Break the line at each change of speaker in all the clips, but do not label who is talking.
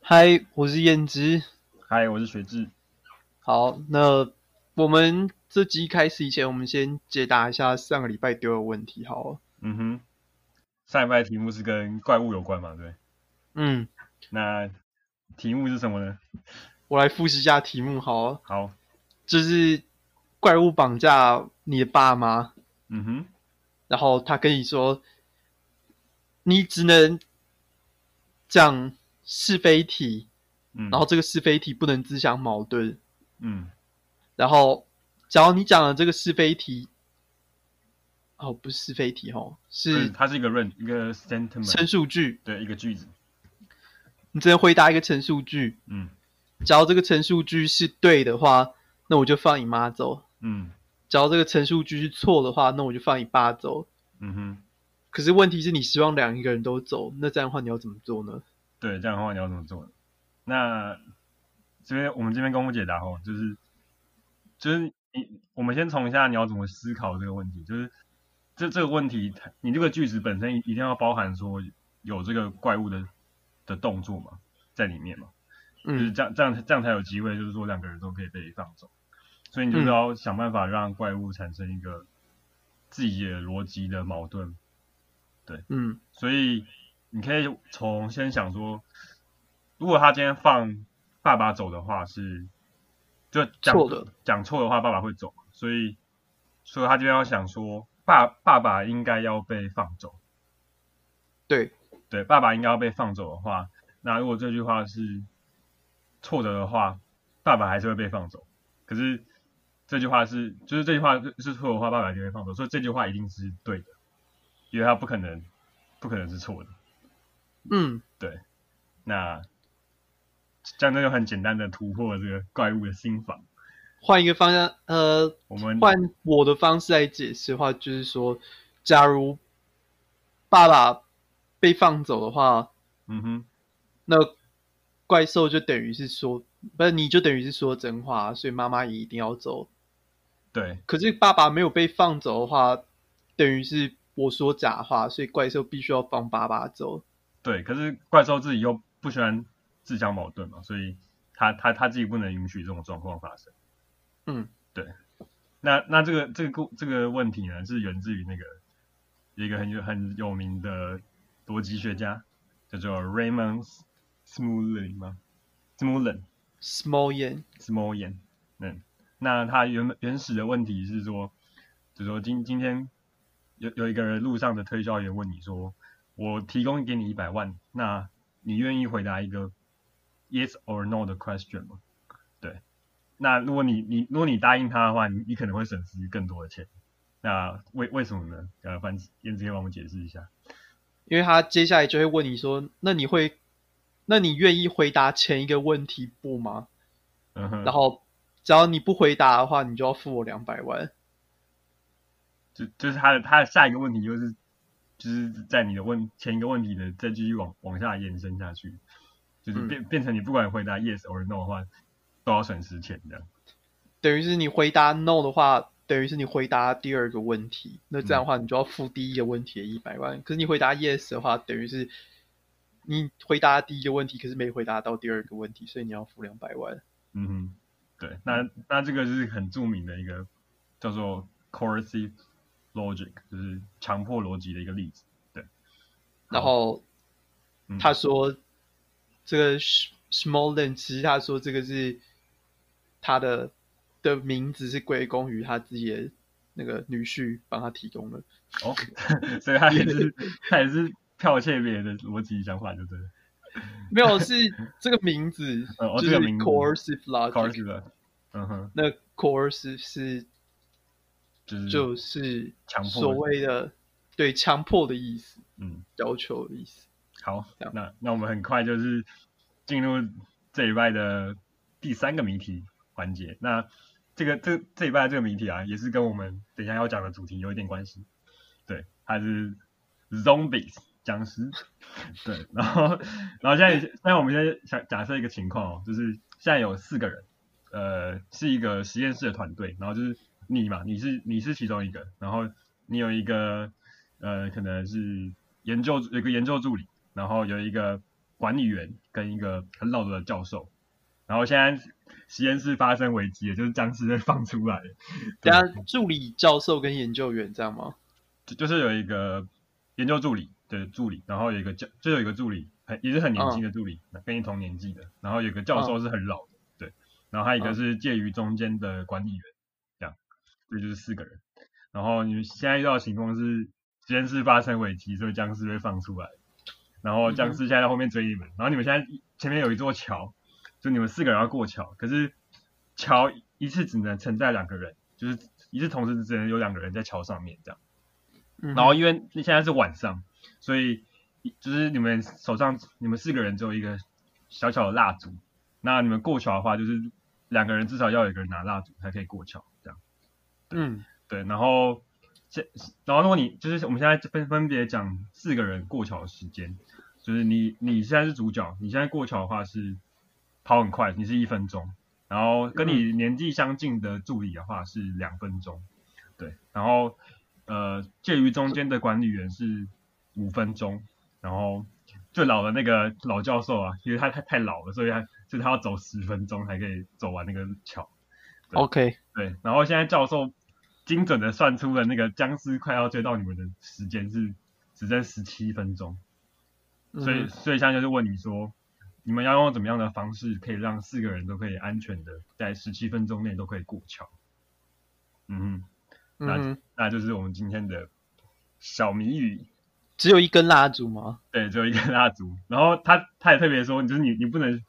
嗨，我是燕之。
嗨，我是学志。
好，那我们这集开始以前，我们先解答一下上个礼拜丢的问题，好了。
嗯哼，上一拜的题目是跟怪物有关嘛？对，
嗯，
那题目是什么呢？
我来复习一下题目，好了，
好，
就是怪物绑架你的爸妈，
嗯哼，
然后他跟你说，你只能讲是非题，
嗯，
然后这个是非题不能自相矛盾，
嗯，
然后，假如你讲了这个是非题，哦，不是是非题哦，
就是
是
它是一个论一个 sentiment，
陈述句。
对，一个句子。
你只能回答一个陈述句。
嗯
假如这个陈述句是对的话，那我就放你妈走；
嗯
假如这个陈述句是错的话，那我就放你爸走。
嗯哼，
可是问题是你希望两个人都走，那这样的话你要怎么做呢？
对，这样的话你要怎么做？那这边我们这边公布解答哦，就是就是你，我们先从一下你要怎么思考这个问题，就是这这个问题，你这个句子本身一一定要包含说有这个怪物的的动作嘛，在里面嘛。就是
嗯
这样，这样这样才有机会，就是说两个人都可以被放走。所以你就是要想办法让怪物产生一个自己的逻辑的矛盾。
嗯
所以你可以从先想说，如果他今天放爸爸走的话是，就讲
错的
讲错的话，爸爸会走。所以，所以他就要想说，爸爸爸应该要被放走。
对，
对，爸爸应该要被放走的话，那如果这句话是错的的话，爸爸还是会被放走。可是这句话是，就是这句话是错的话，爸爸就会放走，所以这句话一定是对的，因为他不可能，不可能是错的。
嗯，
那这样那就很简单的突破这个怪物的心防。
换一个方向，呃，
我们
换我的方式来解释的话，就是说，假如爸爸被放走的话，
嗯哼，
那怪兽就等于是说，不是你就等于是说真话，啊所以妈妈也一定要走。
对，
可是爸爸没有被放走的话，等于是我说假话，所以怪兽必须要放爸爸走。
对，可是怪兽自己又不喜欢自相矛盾嘛，所以他他他自己不能允许这种状况发生。
嗯，
对。那那这个这个故这个问题呢，是源自于那个有一个很有很有名的逻辑学家，叫做 Raymond Smullin 吗？Smullin
Small 眼，
Smullin，嗯，那他原本原始的问题是说，就说今今天有有一个人路上的推销员问你说，我提供给你一百万，那你愿意回答一个 yes or no 的 question 吗？对，那如果你你如果你答应他的话，你你可能会损失更多的钱。那为为什么呢？呃，反正燕子可以帮我们解释一下。
因为他接下来就会问你说：“那你会，那你愿意回答前一个问题不吗？”
嗯哼，
然后只要你不回答的话，你就要付我两百万。
就就是他的他的下一个问题就是就是在你的问前一个问题的再继续往往下延伸下去，就是变、变成你不管回答 yes or no 的话，都要损失钱的。
等于是你回答 no 的话，等于是你回答第二个问题，那这样的话你就要付第一个问题的一百万。可是你回答 yes 的话，等于是你回答第一个问题，可是没回答到第二个问题，所以你要付两百万。
嗯哼，对，那那这个就是很著名的一个叫做 coercive logic，就是强迫逻辑的一个例子。对，
然后
嗯
他说，这个 Smolin 其实他说这个是他的的名字是归功于他自己的那个女婿帮他提供 的。
哦，所以他也是他也是剽窃别人的逻辑想法，就对了。
没有，是这个名字，
呃哦
就
这
是
个名字
coercive logic。
coercive，嗯哼，
那 coercive 是
就是
就是
嗯强迫
所谓的对强迫的意思，
嗯。
要求的意思。
好
这样，
那那我们很快就是进入这礼拜的第三个谜题环节。那这个这这礼拜的这个谜题啊，也是跟我们等一下要讲的主题有一点关系。对，它是 zombies 僵尸。对，然后然后现在现在我们现在想假设一个情况哦，就是现在有四个人，呃，是一个实验室的团队，然后就是你嘛，你是你是其中一个，然后你有一个呃，可能是研究有一个研究助理，然后有一个管理员跟一个很老的教授，然后现在实验室发生危机了，就是僵尸被放出来了，
等
对
下助理教授跟研究员这样吗？
就就是有一个研究助理的助理，然后有一个教，就有一个助理很也是很年轻的助理，跟你同年纪的，然后有一个教授是很老的，对，然后还有一个
嗯
是介于中间的管理员，这样，所以就是四个人。然后你们现在遇到的情况是实验室发生危机，所以僵尸被放出来，然后僵尸现在在后面追你们，然后你们现在前面有一座桥，就你们四个人要过桥，可是桥一次只能承载两个人，就是一次同时只能有两个人在桥上面这样。
嗯哼
然后因为现在是晚上，所以就是你们手上你们四个人只有一个小小的蜡烛，那你们过桥的话，就是两个人至少要有一个人拿蜡烛才可以过桥，这样
嗯
对。然后现然后如果你就是我们现在分分别讲四个人过桥的时间，就是你你现在是主角，你现在过桥的话是跑很快，你是一分钟，然后跟你年纪相近的助理的话是两分钟，对，然后呃介于中间的管理员是五分钟，然后最老的那个老教授啊，因为他太太老了，所以他就是他要走十分钟才可以走完那个桥，对
，OK，
对，然后现在教授精准的算出了那个僵尸快要追到你们的时间是只剩十七分钟。所以
嗯
所以现在就是问你说，你们要用怎么样的方式可以让四个人都可以安全的在十七分钟内都可以过桥？嗯哼，那、
嗯哼，
那就是我们今天的小谜语。
只有一根蜡烛吗？
对，只有一根蜡烛。然后他他也特别说，就是你你不能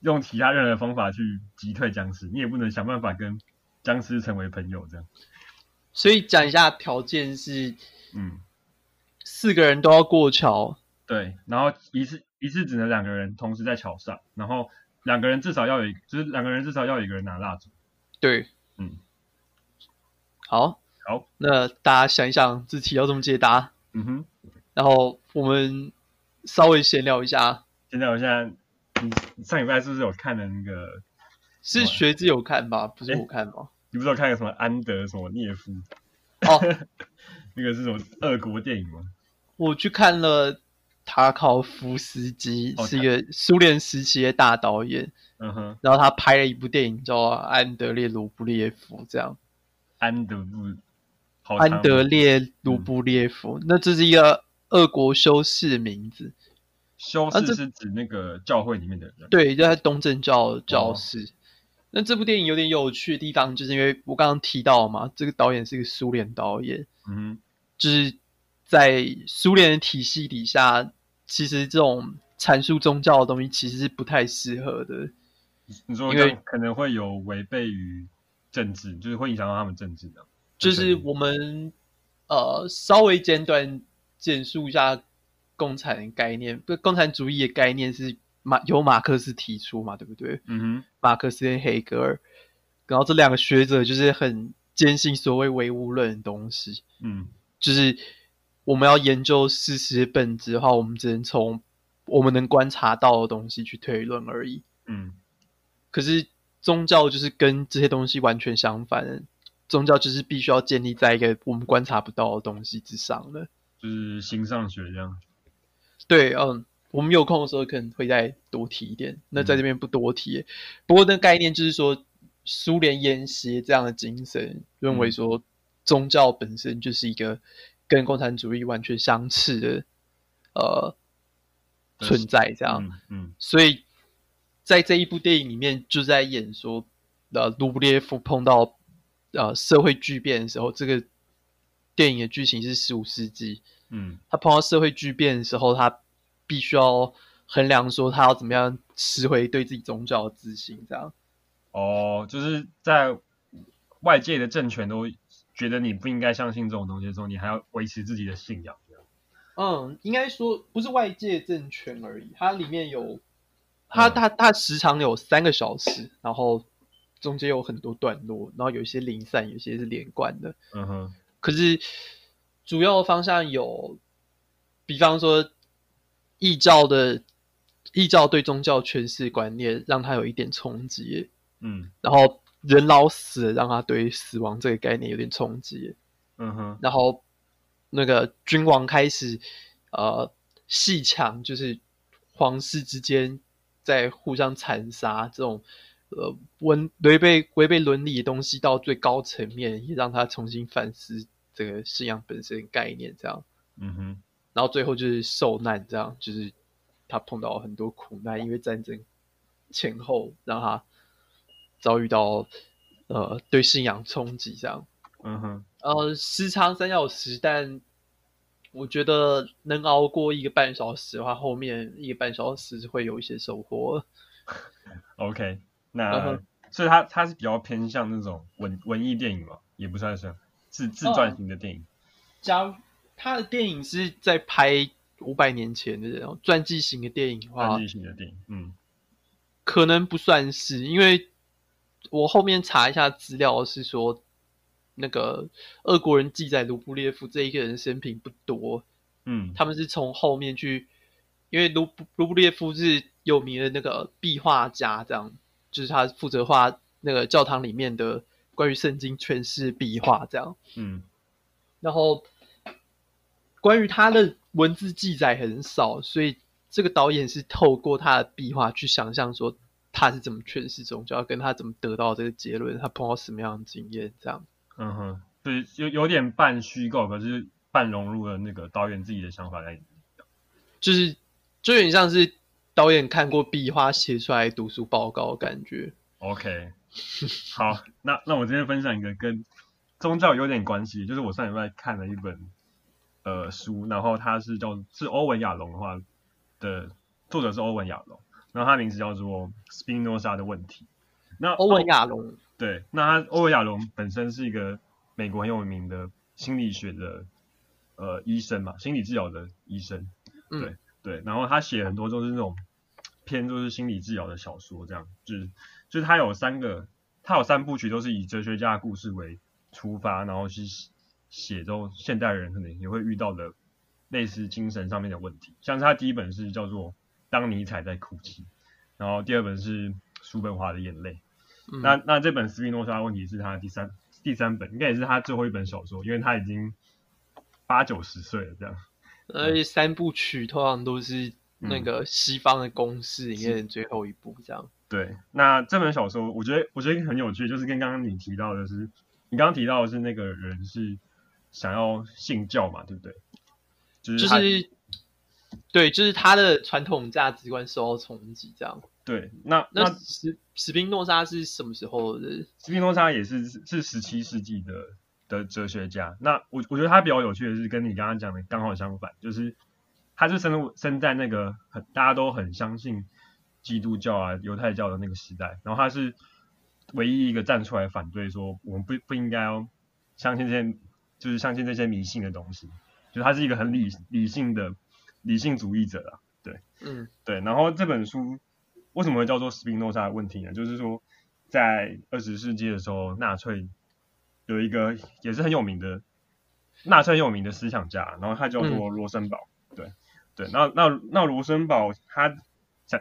用其他任何方法去击退僵尸，你也不能想办法跟僵尸成为朋友这样。
所以讲一下条件是
嗯，
四个人都要过桥，
对，然后一次一次只能两个人同时在桥上，然后两个人至少要有一，就是两个人至少要有一个人拿蜡烛。
对，
嗯，
好，
好，
那大家想一想这题要怎么解答，
嗯哼，
然后我们稍微闲聊一下，
现在我现在，你你上礼拜是不是有看了那个？
是
好啊
学之有看吧？不是
诶
我看哦吧？
你不是有看了什么安德什么涅夫？
哦，
那个是什么俄国电影吗？
我去看了塔考夫斯基，
哦
是一个苏联时期的大导演，
嗯哼，
然后他拍了一部电影叫《安德烈·卢布列夫》，这样。
安德布，好长
安德烈·卢布列夫，那这是一个俄国修士名字，
修
啊这
士是指那个教会里面的人。
对，就在东正教教士。那这部电影有点有趣的地方，就是因为我刚刚提到嘛，这个导演是个苏联导演，
嗯
就是在苏联的体系底下，其实这种阐述宗教的东西其实是不太适合的。
哼，你说
因为
这样可能会有违背于政治，就是会影响到他们政治的。
就是我们呃稍微简短简述一下共产概念，不，共产主义的概念是马由马克思提出嘛，对不对？
嗯
马克思跟黑格尔，然后这两个学者就是很坚信所谓唯物论的东西，
哼，嗯
就是我们要研究事实的本质的话，我们只能从我们能观察到的东西去推论而已。
嗯
可是宗教就是跟这些东西完全相反的，宗教就是必须要建立在一个我们观察不到的东西之上的。
就是新上学这样。
对，嗯，我们有空的时候可能会再多提一点，那在这边不多提。不过那概念就是说，苏联沿袭这样的精神，认为说宗教本身就是一个跟共产主义完全相似的呃
对
存在，这样。
嗯嗯
所以在这一部电影里面，就在演说，呃，卢布列夫碰到呃社会巨变的时候，这个电影的剧情是十五世纪，
嗯
他碰到社会巨变的时候，他必须要衡量说他要怎么样拾回对自己宗教的自信，这样。
哦，就是在外界的政权都觉得你不应该相信这种东西的时候，你还要维持自己的信仰。
嗯，应该说不是外界政权而已，它里面有，它它它时长有三个小时，然后中间有很多段落，然后有一些零散，有一些是连贯的。
嗯哼，
可是主要的方向有，比方说异教的异教对宗教诠释观念，让他有一点冲击，
嗯
然后人老死了，让他对死亡这个概念有点冲击，
嗯哼，
然后那个君王开始呃戏强，就是皇室之间在互相残杀这种呃温违背违背伦理的东西到最高层面，也让他重新反思这个信仰本身的概念，这样。
嗯哼，
然后最后就是受难，这样就是他碰到很多苦难，因为战争前后让他遭遇到呃对信仰冲击，这样。
嗯哼，
呃，时长三小时，但我觉得能熬过一个半小时的话，后面一个半小时会有一些收获。
OK，
嗯
那
哼
所以它它是比较偏向那种文文艺电影嘛，也不算是自自
哦
传型的电影。
假如他的电影是在拍五百年前的这种传记型的电影的话
传，记型的电影，嗯
可能不算是，因为我后面查一下资料是说，那个俄国人记载卢布列夫这一个人生平不多，
嗯，
他们是从后面去，因为卢布卢布列夫是有名的那个壁画家，这样就是他负责画那个教堂里面的关于圣经诠释壁画这样。
嗯
然后关于他的文字记载很少，所以这个导演是透过他的壁画去想象说他是怎么诠释宗教，跟他怎么得到这个结论，他碰到什么样的经验，这样。
嗯哼，对，有有点半虚构，可是半融入了那个导演自己的想法在里面。
就是就有点像是导演看过壁画写出来读书报告的感觉。
OK，好，那那我今天分享一个跟宗教有点关系，就是我上礼拜看了一本呃书，然后它是叫是欧文亚龙的话的作者是欧文亚龙，然后他名字叫做 Spinoza 的问题。那
欧文亚龙，
对，那他欧文亚龙本身是一个美国很有名的心理学的呃医生嘛，心理治疗的医生。
嗯
对对，然后他写很多都是那种偏就是心理治疗的小说，这样就是就是他有三个，他有三部曲都是以哲学家的故事为出发，然后去写这种现代人可能也会遇到的类似精神上面的问题，像是他第一本是叫做《当尼采在哭泣》，然后第二本是《叔本华的眼泪》。
嗯，
那那这本《斯宾诺莎的问题》是他的第三第三本，应该也是他最后一本小说，因为他已经八九十岁了，这样。
而且三部曲通常都是那
嗯
个西方的公式里面的最后一部，这样。
对，那这本小说，我觉得我觉得很有趣，就是跟刚刚你提到的是，你刚刚提到的是那个人是想要信教嘛，对不对？就是
就
他
是对，就是他的传统价值观受到冲击，这样。
对，那
那
那
史史宾诺莎是什么时候的？
斯宾诺莎也是是十七世纪的的哲学家。那我我觉得他比较有趣的是，跟你刚刚讲的刚好相反，就是他是生生在那个很大家都很相信基督教啊、犹太教的那个时代，然后他是唯一一个站出来反对说我们不不应该要相信这些，就是相信这些迷信的东西，就是他是一个很理理性的理性主义者啊。
嗯
对，然后这本书为什么会叫做斯宾诺莎的问题呢？就是说，在二十世纪的时候，纳粹有一个也是很有名的纳粹很有名的思想家，然后他叫做罗森堡。对对，那那那罗森堡他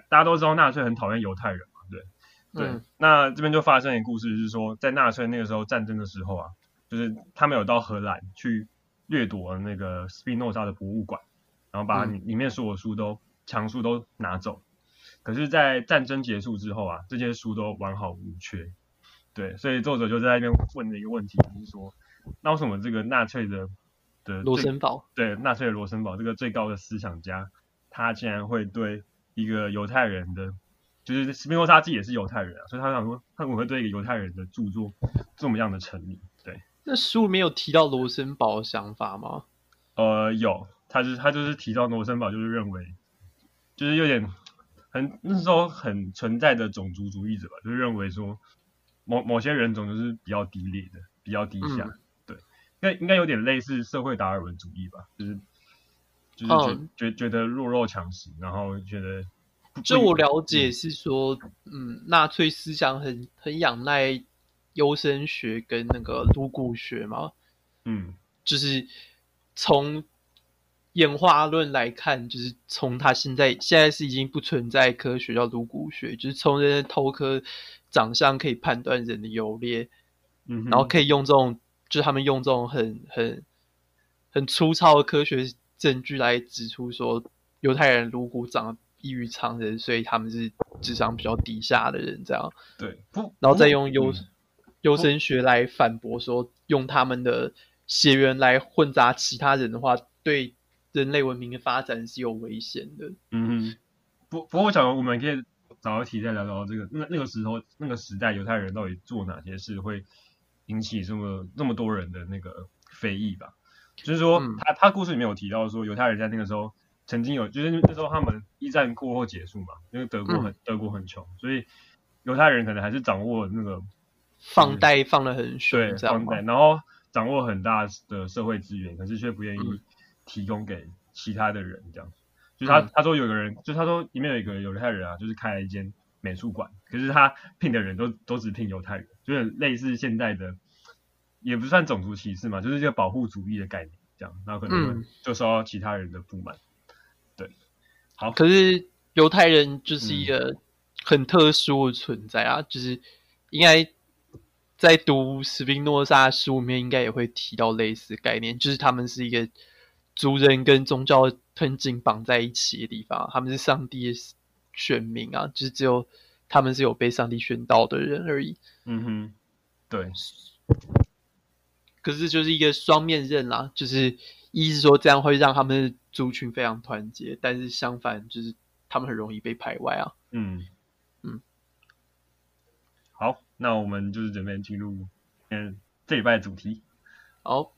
大家都知道纳粹很讨厌犹太人嘛，对。对，
嗯
那这边就发生一个故事，是说在纳粹那个时候战争的时候啊，就是他们有到荷兰去掠夺那个斯宾诺莎的博物馆，然后把
嗯
里里面所有书都藏书都拿走。可是，在战争结束之后啊，这些书都完好无缺。对，所以作者就在那边问了一个问题，就是说，那为什么这个纳粹的的
罗
最
森堡，
对纳粹的罗森堡这个最高的思想家，他竟然会对一个犹太人的，就是斯宾诺莎自己也是犹太人啊，所以他想说，他怎么会对一个犹太人的著作这么样的沉迷？对，
那书里面有提到罗森堡的想法吗？
呃，有，他就是他就是提到罗森堡，就是认为，就是有点很那时候很存在的种族主义者吧，就是认为说某某些人种就是比较低劣的，比较低下，
嗯
对，应该应该有点类似社会达尔文主义吧，就是就是觉、
嗯
觉觉得弱肉强食，然后觉得不
就我
聊
了解是说，嗯，纳粹思想很很仰赖优生学跟那个颅骨学嘛，
嗯
就是从演化论来看，就是从它现在现在是已经不存在科学叫颅骨学，就是从人的头壳长相可以判断人的优劣，
嗯哼，
然后可以用这种，就是他们用这种很很很粗糙的科学证据来指出说，犹太人颅骨长得异于常人，所以他们是智商比较低下的人，这样，
对，不，
然后再
不
用优、
嗯
优生学来反驳说，用他们的血缘来混杂其他人的话，对人类文明的发展是有危险的。
嗯哼，不不过我想我们可以找一题再聊聊这个那那个时候那个时代犹太人到底做哪些事会引起这么那么多人的那个非议吧？就是说
嗯
他他故事里面有提到说犹太人在那个时候曾经有就是那时候他们一战过后结束嘛，因为德国很、德国很穷，所以犹太人可能还是掌握那个
放贷放的很凶，
嗯对
这样
放
吗
贷，然后掌握很大的社会资源，可是却不愿意
嗯
提供给其他的人，这样。就是他、
嗯
他说有个人，就是他说里面有一个犹太人啊，就是开了一间美术馆，可是他聘的人都都只聘犹太人，就是类似现在的，也不算种族歧视嘛，就是这个保护主义的概念，这样，然后可能
嗯
就受到其他人的不满。对，好，
可是犹太人就是一个很特殊的存在啊，就是应该在读史宾诺莎的书里面，应该也会提到类似概念，就是他们是一个族人跟宗教很紧绑在一起的地方，他们是上帝的选民啊，就是只有他们是有被上帝选到的人而已。
嗯哼，对，
可是就是一个双面刃啦，就是一是说这样会让他们的族群非常团结，但是相反就是他们很容易被排外啊。
嗯，嗯
嗯，
好，那我们就是准备进入嗯这礼拜的主题。
好，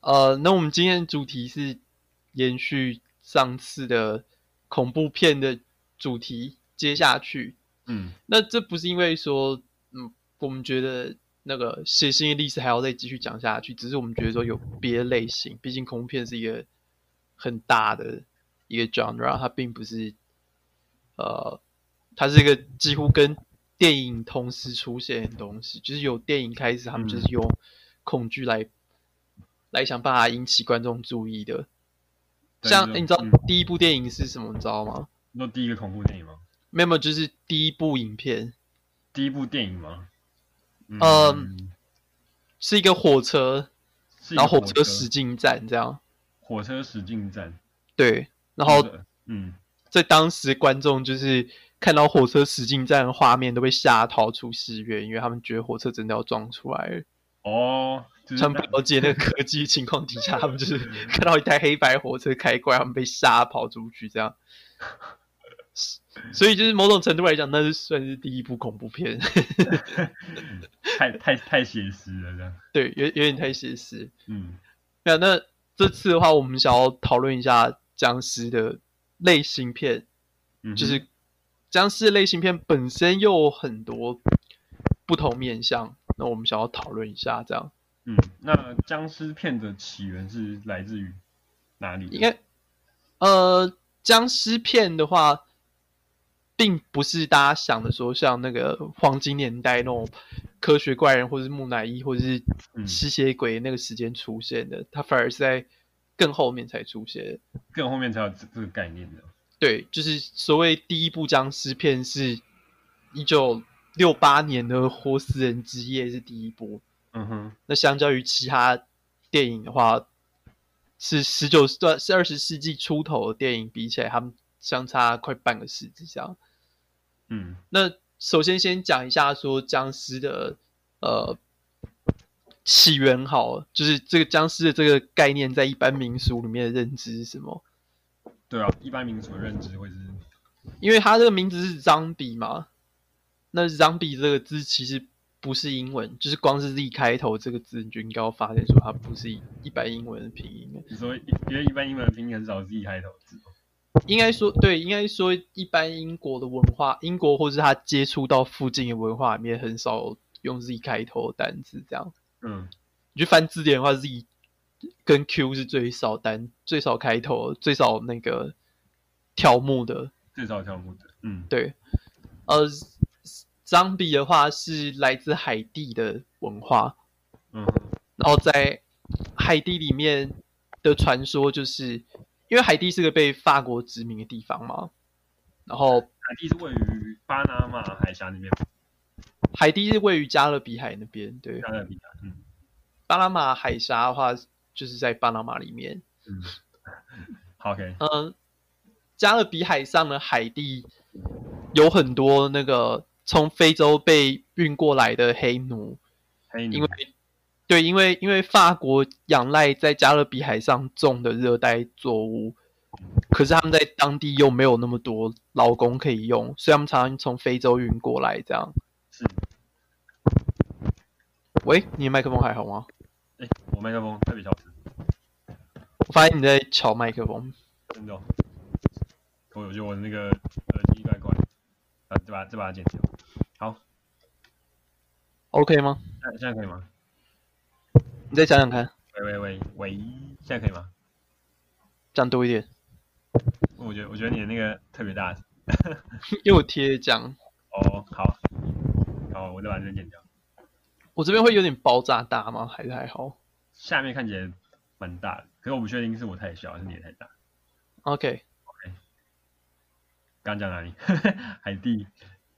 呃，那我们今天的主题是延续上次的恐怖片的主题，接下去
嗯
那这不是因为说，嗯，我们觉得那个血腥的历史还要再继续讲下去，只是我们觉得说有别的类型，毕竟恐怖片是一个很大的一个 genre，它并不是，呃，它是一个几乎跟电影同时出现的东西，就是有电影开始，他们就是
嗯
用恐惧来、来想办法引起观众注意的。
对
像、
就
诶你知道
嗯
第一部电影是什么，你知道吗？
那第一个恐怖电影吗？
没有，没有就是第一部影片。
第一部电影吗？嗯，
嗯是一个火车，
是一个
然后
火
火车驶进站这样。
火车驶进站，
对，然后
就是嗯，
在当时观众就是看到火车驶进站的画面，都被吓逃出戏院，因为他们觉得火车真的要撞出来了。
哦，就是
他们不了解那个科技情况底 下，他们就是看到一台黑白火车开过来，他们被吓跑出去这样。所以就是某种程度来讲，那是算是第一部恐怖片，
嗯太太太写实了这样，
对，有有点太写实。
嗯
那那这次的话，我们想要讨论一下僵尸的类型片，
嗯哼，
就是僵尸的类型片本身又有很多不同面向，那我们想要讨论一下，这样
嗯，那僵尸片的起源是来自于哪里？
应该
嗯
呃，僵尸片的话，并不是大家想的说像那个黄金年代那种科学怪人，或是木乃伊，或是
嗯
吸血鬼那个时间出现的，它反而是在更后面才出现的。
更后面才有这这个概念的，
对，就是所谓第一部僵尸片是一九六八年的《活死人之夜》是第一部。
嗯哼，
那相较于其他电影的话，是十九段是二十世纪出头的电影比起来，他们相差快半个世纪这样。
嗯
那首先先讲一下说僵尸的呃起源好了，就是这个僵尸的这个概念在一般民俗里面的认知是什么？
对啊，一般民俗的认知会是，
因为它这个名字是 zombie 嘛，那 zombie 这个字其实不是英文，就是光是 Z 开头这个字，你就应该要发现说它不是一般英文的拼音。
你说因为一般英文的拼音很少是 E 开头的字，
应该说对，应该说一般英国的文化，英国或是他接触到附近的文化里面，很少用 Z 开头的单字这样。
嗯
你去翻字典的话，Z 跟 Q 是最少单、最少开头、最少那个条目的。
最少条目的，嗯
对，呃，zombie 的话是来自海地的文化，
嗯
然后在海底里面的传说，就是因为海地是个被法国殖民的地方嘛，然后
海地是位于巴拿马海峡那边，
海地是位于加勒比海那边，对，
加勒比海，嗯
巴拿马海峡的话就是在巴拿马里面，
嗯，好，OK，
嗯，加勒比海上的海地有很多那个从非洲被运过来的黑奴，
黑
因
奴
为，对，因为因为法国仰赖在加勒比海上种的热带作物，可是他们在当地又没有那么多劳工可以用，所以他们常常从非洲运过来。这样，
是，
喂，你的麦克风还好吗？
哎、我麦克风特别小声，
我发现你在敲麦克风。
真的哦、我我觉得我的那个耳机怪怪的，啊，这把这把它剪掉，
OK 吗？
现在现在可以吗？
你再想想看，
喂喂喂喂，现在可以吗？
讲多一点，
我觉得我觉得你的那个特别大，
因为我贴讲，
哦，好，好，我再把这个剪掉，
我这边会有点爆炸大吗？还是还好
下面看起来蛮大的，可是我不确定是我太小还是你也太大。
？OK，
刚讲哪里？ 海地，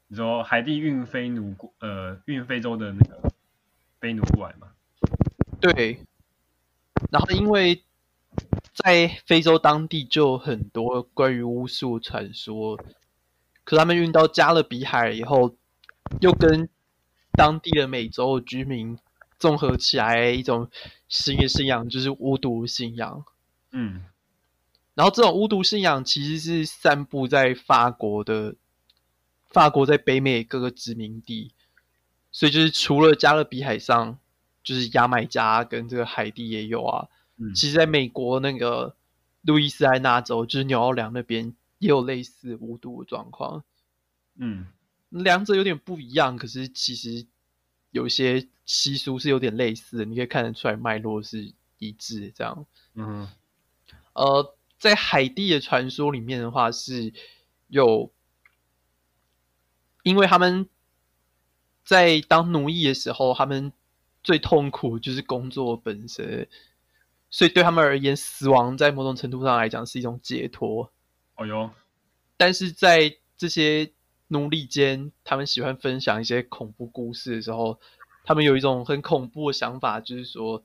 你说海地运非奴过，呃，运非洲的那个非奴过来嘛？
对。然后因为在非洲当地就有很多关于巫术的传说，可是他们运到加勒比海以后，又跟当地的美洲的居民综合起来一种新的信仰，就是巫毒信仰。
嗯，
然后这种巫毒信仰其实是散布在法国的，法国在北美各个殖民地，所以就是除了加勒比海上，就是牙买加跟这个海地也有啊。
嗯
其实在美国那个路易斯安那州，就是纽奥良那边也有类似巫毒的状况，
嗯，
两者有点不一样，可是其实有些习俗是有点类似的，你可以看得出来脉络是一致这样。
嗯哼，
呃，在海地的传说里面的话是有，因为他们在当奴役的时候，他们最痛苦就是工作本身，所以对他们而言，死亡在某种程度上来讲是一种解脱。
哦哟，
但是在这些奴隶间，他们喜欢分享一些恐怖故事的时候，他们有一种很恐怖的想法，就是说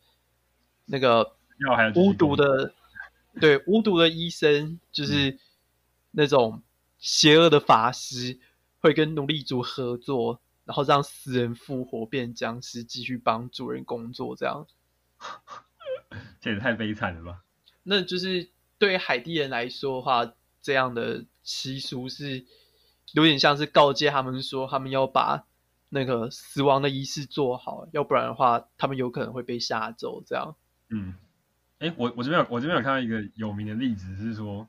那个。
要还有
巫毒，的，对巫毒的医生就是那种邪恶的法师，会跟奴隶主合作，然后让死人复活变僵尸，继续帮主人工作，这样。
这也太悲惨了吧？
那就是对海地人来说的话，这样的习俗是有点像是告诫他们说，他们要把那个死亡的仪式做好，要不然的话，他们有可能会被吓走，这样。
嗯，哎，我我这边有我这边有看到一个有名的例子是说，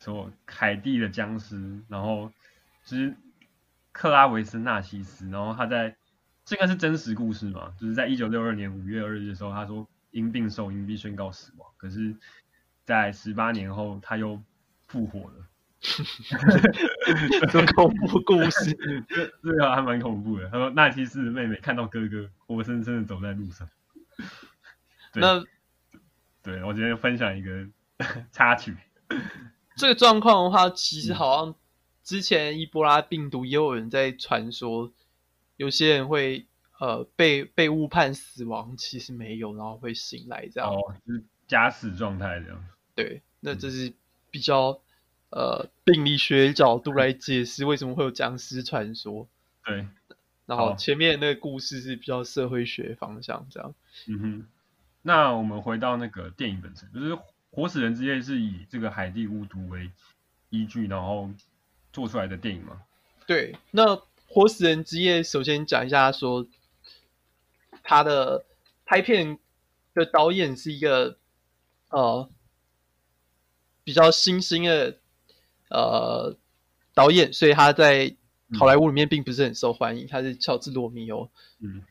说海地的僵尸，然后就是克拉维斯纳西斯，然后他在这个是真实故事嘛，就是在一九六二年五月二日的时候，他说因病受阴必宣告死亡，可是，在十八年后他又复活了，
这恐怖故事，
这这个啊还蛮恐怖的。他说纳西斯的妹妹看到哥哥活生生的走在路上，对
那
对我今天分享一个 插曲，
这个状况的话，其实好像之前伊波拉病毒也有人在传说，有些人会呃被被误判死亡，其实没有，然后会醒来这样。
哦，就是假死状态这样。
对，那这是比较呃病理学角度来解释为什么会有僵尸传说。
对，
然后
好
前面那个故事是比较社会学方向这样。
嗯哼。那我们回到那个电影本身，就是《活死人之夜》是以这个海地巫毒为依据，然后做出来的电影嘛？
对，那《活死人之夜》首先讲一下说，他的拍片的导演是一个呃比较新兴的呃导演，所以他在好莱坞里面并不是很受欢迎。他是乔治·罗密欧，
嗯，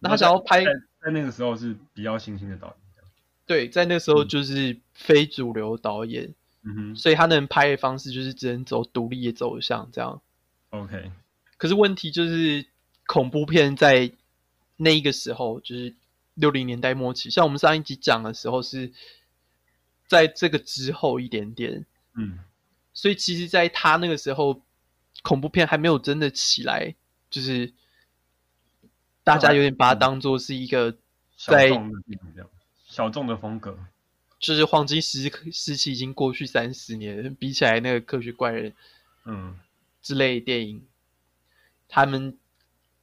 那他想要拍
在在那个时候是比较新兴的导演，这样
对，在那时候就是非主流导演，
嗯哼
所以他能拍的方式就是只能走独立的走向这样。
，OK，
可是问题就是，恐怖片在那一个时候，就是六零年代末期。像我们上一集讲的时候是在这个之后一点点，
嗯，
所以其实，在他那个时候，恐怖片还没有真的起来，就是大家有点把它当做是一个，
小
在
众的电影这样，小众的风格，
就是黄金时时期已经过去三十年，比起来那个科学怪人
嗯，
之类的电影，他们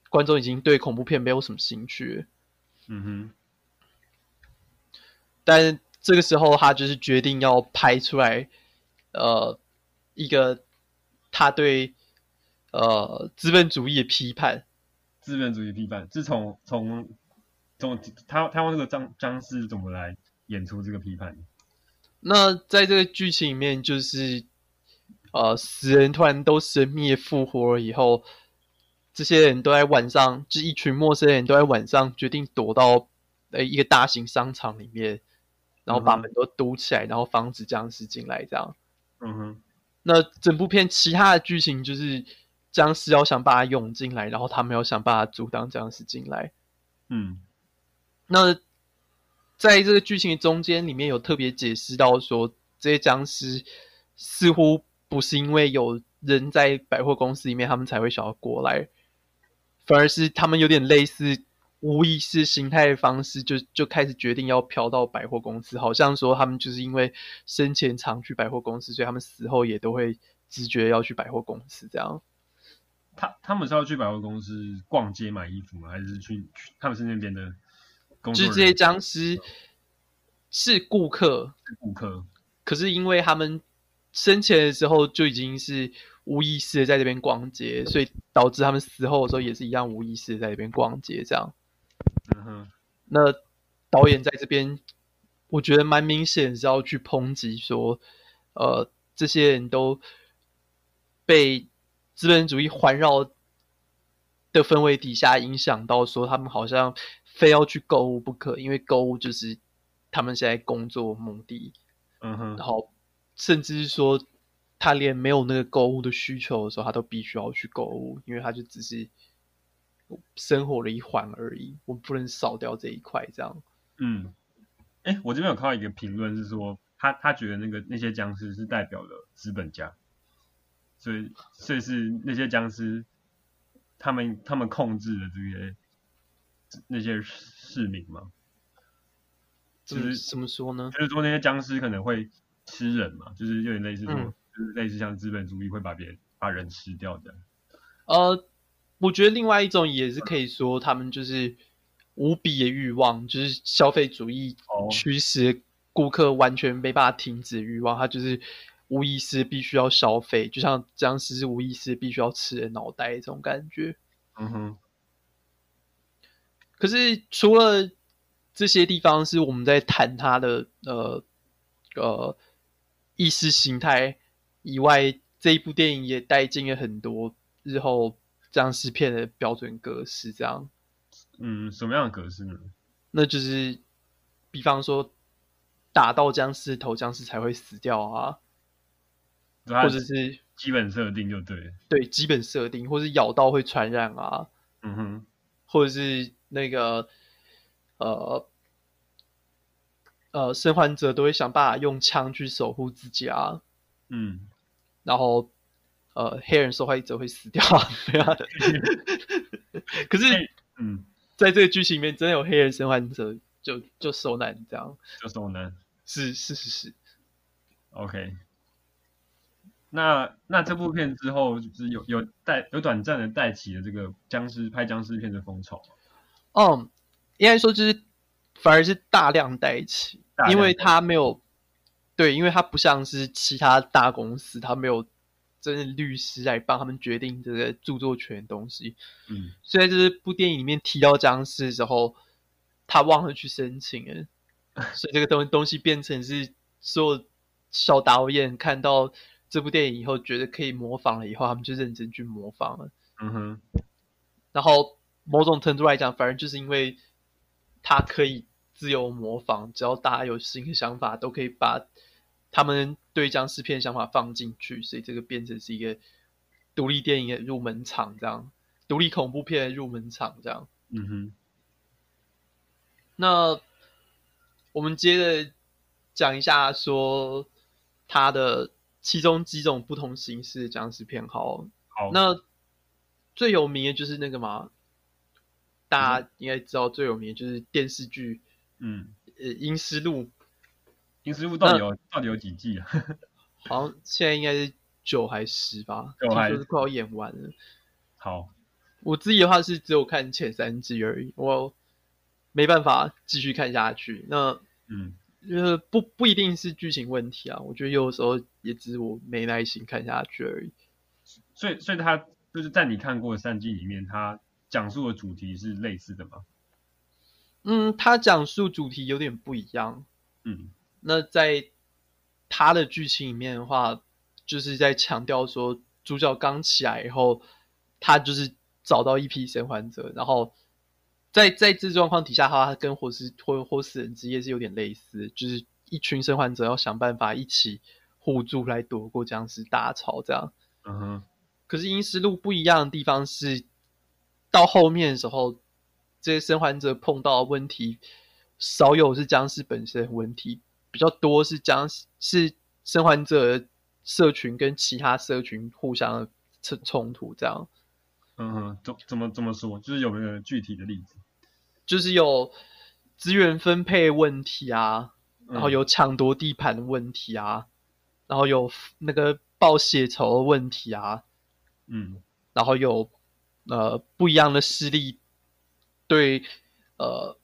观众已经对恐怖片没有什么兴趣了。
嗯
但这个时候他就是决定要拍出来，呃，一个他对呃资本主义的批判。
哼，资本主义批判，自从从从他他用这个张张是怎么来演出这个批判的？
那在这个剧情里面，就是呃，死人突然都神秘地复活了以后，这些人都在晚上，就一群陌生人都在晚上决定躲到呃一个大型商场里面，然后把
嗯哼
门都堵起来，然后防止僵尸进来，这样。
嗯哼，
那整部片其他的剧情就是僵尸要想办法涌进来，然后他们要想办法阻挡僵尸进来。
嗯
那在这个剧情的中间里面有特别解释到说，这些僵尸似乎不是因为有人在百货公司里面他们才会想要过来，反而是他们有点类似无意识形态的方式就，就开始决定要飘到百货公司，好像说他们就是因为生前常去百货公司，所以他们死后也都会直觉要去百货公司这样。
他他们是要去百货公司逛街买衣服吗？还是去去他们是那边的工作
就是
人
这些
员嗯
僵尸是顾客，
顾客？
可是因为他们生前的时候就已经是无意识的在这边逛街，所以导致他们死后的时候也是一样无意识的在这边逛街。这样，
嗯哼，
那导演在这边，我觉得蛮明显是要去抨击说，呃，这些人都被资本主义环绕的氛围底下影响到，说他们好像非要去购物不可，因为购物就是他们现在工作的目的。
嗯哼
然，后甚至是说他连没有那个购物的需求的时候，他都必须要去购物，因为他就只是呃生活的一环而已，我们不能少掉这一块。这样，
嗯，哎，我这边有看到一个评论是说，他他觉得那个那些僵尸是代表了资本家，所以所以是那些僵尸，他们他们控制了这些那些市民嘛，
怎么
就是
怎么说呢？
就是说那些僵尸可能会吃人嘛，就是有点类似说，
嗯
就是类似像资本主义会把别人把人吃掉这样。
呃，我觉得另外一种也是可以说，他们就是呃无比的欲望，就是消费主义
哦
驱使顾客完全没办法停止欲望，他就是无意识必须要消费，就像僵尸是无意识必须要吃人脑袋这种感觉。
嗯哼，
可是除了这些地方是我们在谈它的呃呃意识形态以外，这一部电影也带进了很多日后僵尸片的标准格式，这样，
嗯，什么样的格式呢？
那就是比方说打到僵尸的头，僵尸才会死掉啊，
就它
或
的
者是
基本设定就对了。
对基本设定，或是咬到会传染啊，
嗯哼，
或者是那个呃呃生还者都会想办法用枪去守护自己啊，
嗯，
然后呃黑人受害者会死掉啊， 对啊。可是
嗯，
在这个剧情里面，真的有黑人生还者就就受难这样，
就是我们
是是是是，
OK。那那这部片之后，就是有有带有短暂的带起了这个僵尸拍僵尸片的风潮，
嗯，应该说就是反而是大量带起
大，量
因为它没有对，因为它不像是其他大公司，它没有真的律师来帮他们决定这个著作权的东西，
嗯，
所以在这部电影里面提到僵尸的时候，他忘了去申请了，所以这个东东西变成是所有小导演看到这部电影以后觉得可以模仿了以后，他们就认真去模仿了。
嗯哼，
然后某种程度来讲，反而就是因为他可以自由模仿，只要大家有新的想法，都可以把他们对僵尸片的想法放进去，所以这个变成是一个独立电影的入门
嗯
场，这样独立恐怖片的入门场，这样。
嗯哼。
那我们接着讲一下说他的其中几种不同形式的僵尸片好。
好，
那最有名的就是那个嘛，大家应该知道最有名的就是电视剧
嗯，
呃《阴尸路》，
银石屋到底有到底有几季啊？
好像现在应该是九还是十吧，
九
听
还
说是快要演完了。
好，
我自己的话是只有看前三季而已，我没办法继续看下去。那
嗯，
呃，不不一定是剧情问题啊，我觉得有时候也只是我没耐心看下去而已。
所以所以他就是在你看过的三季里面，他讲述的主题是类似的吗？
嗯，他讲述主题有点不一样。
嗯，
那在他的剧情里面的话，就是在强调说，主角刚起来以后，他就是找到一批生还者，然后在在这状况底下的话，他跟活死或活死人之夜是有点类似，就是一群生还者要想办法一起互助来躲过僵尸大潮这样。
嗯哼，
可是《阴尸路》不一样的地方是，到后面的时候，这些生还者碰到的问题，少有是僵尸本身的问题，比较多是僵尸是生还者的社群跟其他社群互相的冲冲突，这样
嗯哼，怎怎么怎么说？就是有没有具体的例子？
就是有资源分配问题啊，然后
嗯
有抢夺地盘的问题啊，然后有那个报血仇的问题啊，
嗯
然后有呃不一样的势力对呃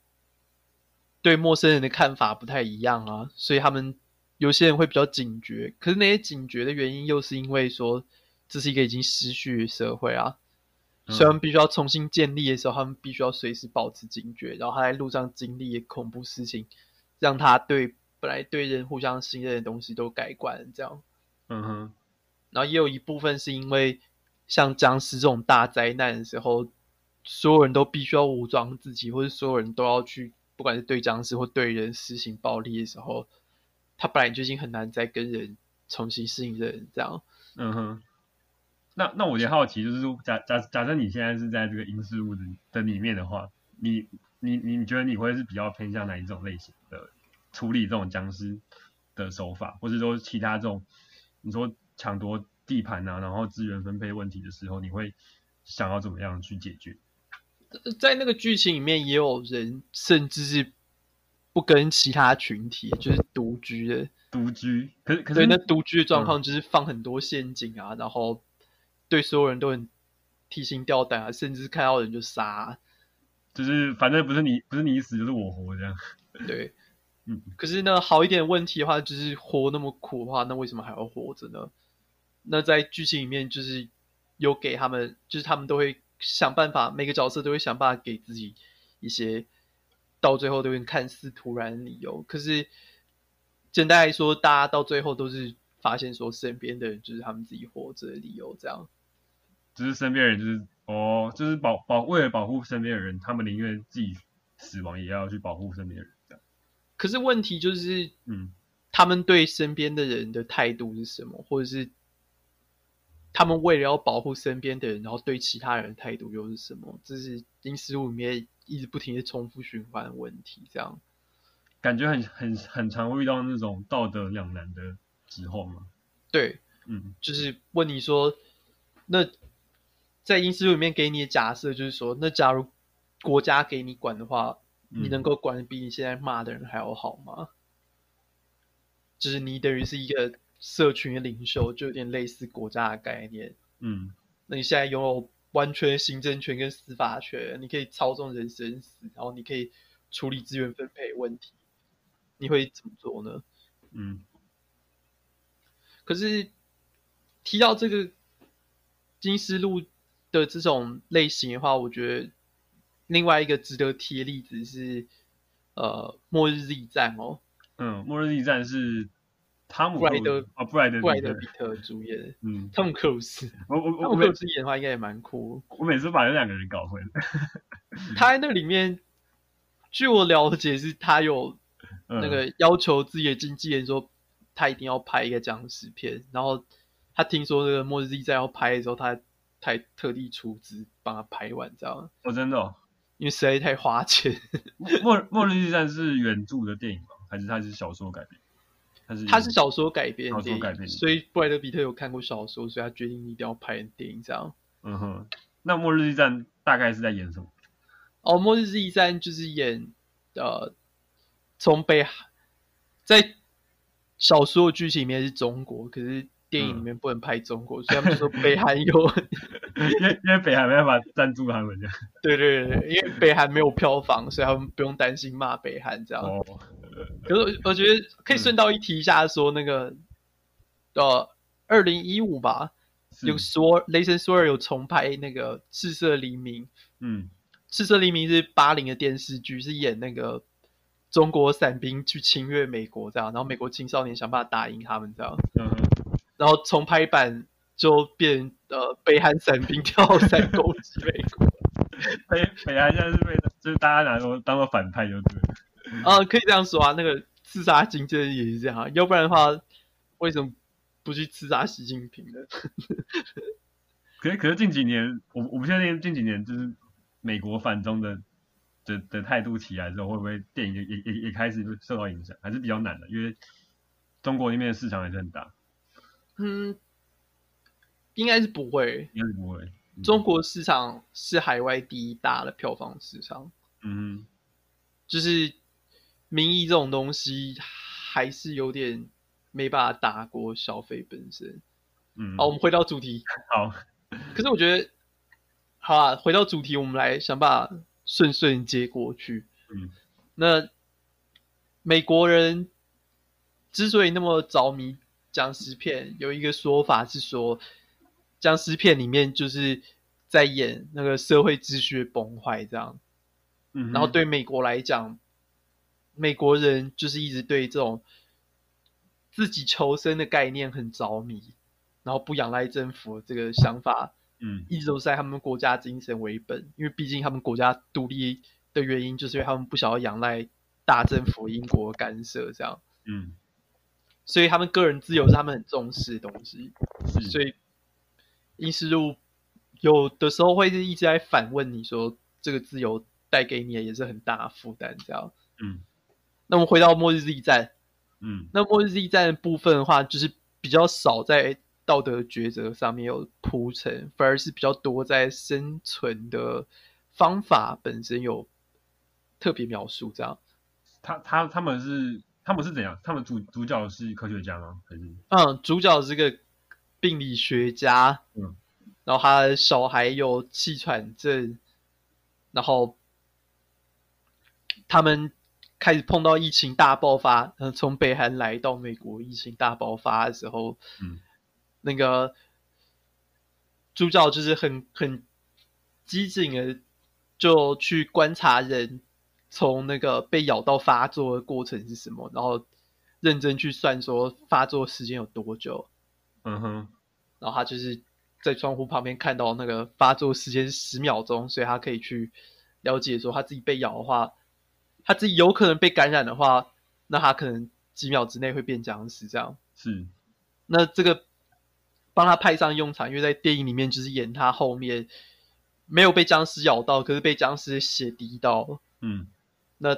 对陌生人的看法不太一样啊，所以他们有些人会比较警觉，可是那些警觉的原因又是因为说这是一个已经失序的社会啊，
嗯
所以他们必须要重新建立的时候，他们必须要随时保持警觉，然后他在路上经历的恐怖事情，让他对本来对人互相信任的东西都改观，这样。
嗯哼，
然后也有一部分是因为像僵尸这种大灾难的时候，所有人都必须要武装自己，或者所有人都要去，不管是对僵尸或对人施行暴力的时候，他本来就已经很难再跟人重新适应人这样。
嗯哼。那那我有点好奇，就是说假假假设你现在是在这个影视物的的里面的话，你你你你觉得你会是比较偏向哪一种类型的处理这种僵尸的手法，或者说其他这种你说抢夺地盘啊，然后资源分配问题的时候，你会想要怎么样去解决？
呃在那个剧情里面，也有人甚至是不跟其他群体，就是独居的。
独居，可是可
对，
是
那独居的状况就是放很多陷阱啊，然后对所有人都很提心吊胆啊，甚至看到人就杀啊、
就是反正不是你不是你死就是我活这样，
对，
嗯，
可是呢，好一点问题的话，就是活那么苦的话，那为什么还要活着呢？那在剧情里面，就是有给他们，就是他们都会想办法，每个角色都会想办法给自己一些到最后都会看似突然的理由。可是简单来说，大家到最后都是发现说，身边的人就是他们自己活着的理由，这样。
就是身边人就是哦，就是保保为了保护身边的人，他们宁愿自己死亡也要去保护身边的人，这样。
可是问题就是，
嗯
他们对身边的人的态度是什么，或者是他们为了要保护身边的人，然后对其他人的态度又是什么？这是《零十五》里面一直不停的重复循环的问题。这样，
感觉很很很常会遇到那种道德两难的时候嘛。
对，
嗯
就是问你说，那在《英斯路》里面给你的假设就是说，那假如国家给你管的话，
嗯
你能够管的比你现在骂的人还要好吗？就是你等于是一个社群的领袖，就有点类似国家的概念。
嗯
那你现在拥有完全的行政权跟司法权，你可以操纵人生死，然后你可以处理资源分配问题，你会怎么做呢？
嗯
可是提到这个金丝鹿的这种类型的话，我觉得另外一个值得提的例子是，呃，末日 Z 战哦，
嗯，末日地战是汤姆
布莱德
啊布莱德
布莱德比
彼
特主演的，
嗯，
汤姆克鲁斯，
我我
汤
我我
姆克
每
鲁斯演的话应该也蛮酷。
我每次把这两个人搞混。
他在那里面，据我了解是他有
嗯、
那个要求自己的经纪人说，他一定要拍一个僵尸片。然后他听说这个《末日地战》要拍的时候，他他还特地出资帮他拍完，这样。
我真的哦、
因为实在太花钱。
嗯《末末日地战》是原著的电影吗？还是它是小说改编？它是
它是小说改编
小
的
说
电
改编
影，所以布莱德比特有看过小说，所以他决定一定要拍电影这样。
嗯哼。那《末日地战》大概是在演什么？
哦，《末日之一战》就是演呃，从北韩在小说的剧情里面是中国，可是电影里面不能拍中国，所以他们就说北韩有，
因为因为北韩没办法赞助他们这样。
对对对，对因为北韩没有票房，所以他们不用担心骂北韩这样。
哦，
可是我我觉得可以顺道一提一下，说那个、呃，二零一五吧，
是
有说雷神索尔有重拍那个《赤色黎明》，
嗯
《赤色黎明》是八零的电视剧，是演那个中国伞兵去侵略美国这样，然后美国青少年想办法打赢他们这样，
嗯哼。
然后重拍版就变呃北韩伞兵跳 伞攻击美国，
北北韩现在是被就是大家拿做当做反派就对了。
呃，可以这样说啊，那个刺杀金正恩也是这样啊，要不然的话为什么不去刺杀习近平呢？
可是可是近几年，我我不确定近几年就是美国反中的的的态度起来之后，会不会电影也也也也开始受到影响，还是比较难的，因为中国那边的市场还是很大，
嗯，应该是不会，
应该是不会。嗯
中国市场是海外第一大的票房市场。
嗯
就是民意这种东西还是有点没办法打过消费本身。
哼嗯，
好，我们回到主题。
好，
可是我觉得，好啊，回到主题，我们来想办法顺顺接过去。
嗯，
那美国人之所以那么着迷僵尸片，有一个说法是说，僵尸片里面就是在演那个社会秩序的崩坏这样。
嗯哼
然后对美国来讲，美国人就是一直对这种自己求生的概念很着迷，然后不仰赖政府的这个想法，
嗯
一直都是在他们国家精神为本，因为毕竟他们国家独立的原因，就是因为他们不想要仰赖大政府英国干涉这样，
嗯
所以他们个人自由是他们很重视的东西。
嗯是
所以英斯路有的时候会是一直在反问你说，这个自由带给你的也是很大的负担，这样。
嗯
那我们回到末日 Z 战，
嗯
那末日 Z 战的部分的话，就是比较少在道德抉择上面有铺陈，反而是比较多在生存的方法本身有特别描述，这样。
他他他们是他们是怎样？他们主主角是科学家吗？还是
嗯，主角是个病理学家，
嗯，
然后他的小孩有气喘症，然后他们开始碰到疫情大爆发，嗯、从北韩来到美国，疫情大爆发的时候，
嗯，
那个主角就是很很机警的，就去观察人从那个被咬到发作的过程是什么，然后认真去算说发作时间有多久，
嗯哼
然后他就是在窗户旁边看到那个发作时间十秒钟，所以他可以去了解说他自己被咬的话，他自己有可能被感染的话，那他可能几秒之内会变僵尸这样。
是
那这个帮他派上用场，因为在电影里面就是演他后面没有被僵尸咬到，可是被僵尸血滴到。
嗯
那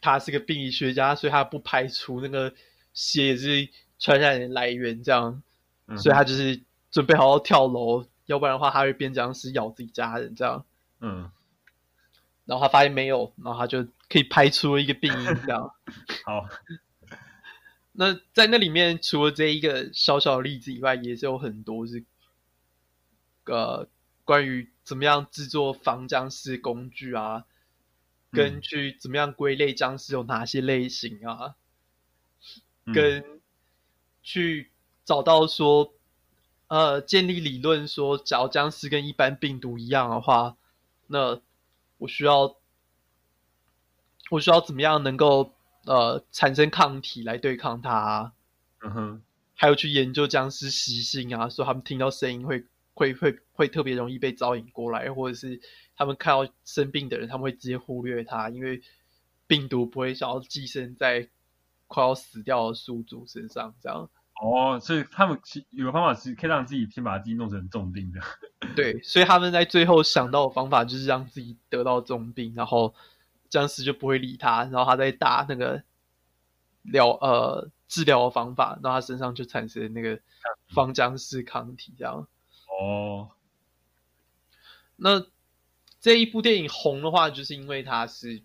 他是个病理学家，所以他不排除那个血也是传染的来源，这样，
嗯
所以他就是准备好好跳楼，要不然的话他会变僵尸咬自己家人这样。
嗯
然后他发现没有，然后他就可以排除一个病因这样。
好
那在那里面，除了这一个小小的例子以外，也是有很多是，呃，关于怎么样制作防僵尸工具啊，跟
嗯
去怎么样归类僵尸有哪些类型啊，
嗯
跟去找到说，呃，建立理论说，假如僵尸跟一般病毒一样的话，那我需要，我需要怎么样能够呃产生抗体来对抗它啊、
嗯哼
还有去研究僵尸习性啊，说他们听到声音会会会会特别容易被招引过来，或者是他们看到生病的人，他们会直接忽略他，因为病毒不会想要寄生在快要死掉的宿主身上，这样。
哦，所以他们其有个方法是可以让自己先把自己弄成重病的。
对，所以他们在最后想到的方法就是让自己得到重病，然后僵尸就不会理他，然后他再打那个疗呃治疗的方法，然后他身上就产生那个防僵尸抗体这样。
哦，
那这一部电影红的话，就是因为它是，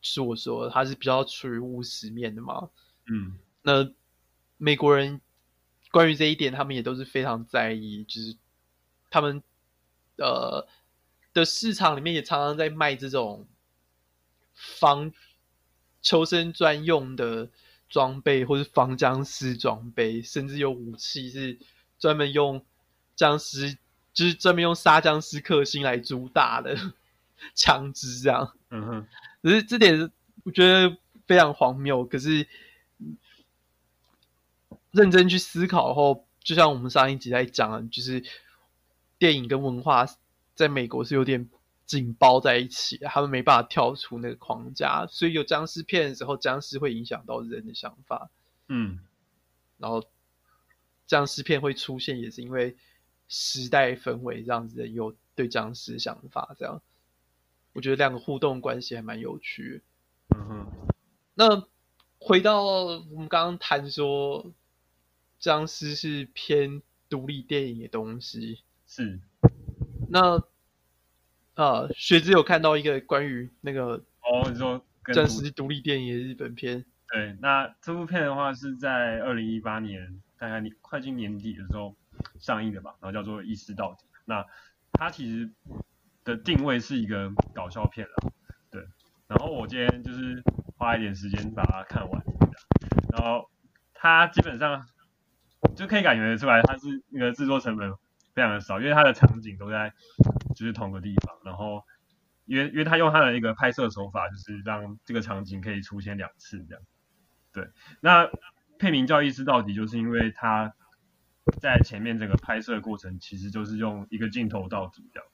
是我说的它是比较处于务实面的嘛。
嗯，
那美国人关于这一点，他们也都是非常在意，就是他们呃的市场里面也常常在卖这种防求生专用的装备，或是防僵尸装备，甚至有武器是专门用僵尸，就是专门用杀僵尸克星来主打的 枪支这样。
嗯哼，
只是这点我觉得非常荒谬。可是嗯认真去思考后，就像我们上一集在讲的，就是电影跟文化在美国是有点紧包在一起的，他们没办法跳出那个框架，所以有僵尸片的时候，僵尸会影响到人的想法，
嗯，
然后僵尸片会出现，也是因为时代氛围让人有对僵尸想法这样。我觉得两个互动关系还蛮有趣的。
嗯哼，
那回到我们刚刚谈说，僵尸是偏独立电影的东西。
是，
那呃，学子有看到一个关于那个
哦，你说跟
僵
毒
尸独立电影的日本片，
对，那这部片的话是在二零一八年大概年快近年底的时候上映的吧，然后叫做《一尸到底》。那它其实的定位是一个搞笑片啦，对。然后我今天就是花一点时间把它看完，然后它基本上就可以感觉得出来，它是那个制作成本非常的少，因为它的场景都在就是同个地方，然后因为因为他用他的一个拍摄手法，就是让这个场景可以出现两次这样。那片名叫《一尸到底》，就是因为它在前面整个拍摄过程其实就是用一个镜头到底这样。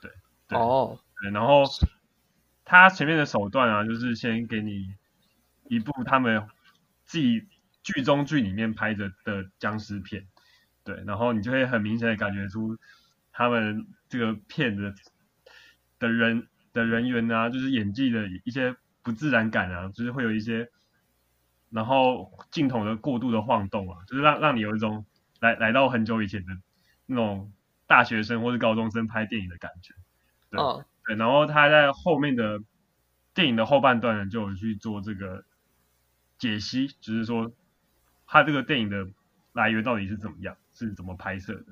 对，对
哦，
对，然后他前面的手段啊，就是先给你一部他们自己剧中剧里面拍着的僵尸片，对，然后你就会很明显的感觉出他们这个片的的人的人员啊，就是演技的一些不自然感啊，就是会有一些，然后镜头的过度的晃动啊，就是让让你有一种来来到很久以前的那种大学生或是高中生拍电影的感觉。对
嗯，
对，然后他在后面的电影的后半段呢，就有去做这个解析，就是说他这个电影的来源到底是怎么样，是怎么拍摄的。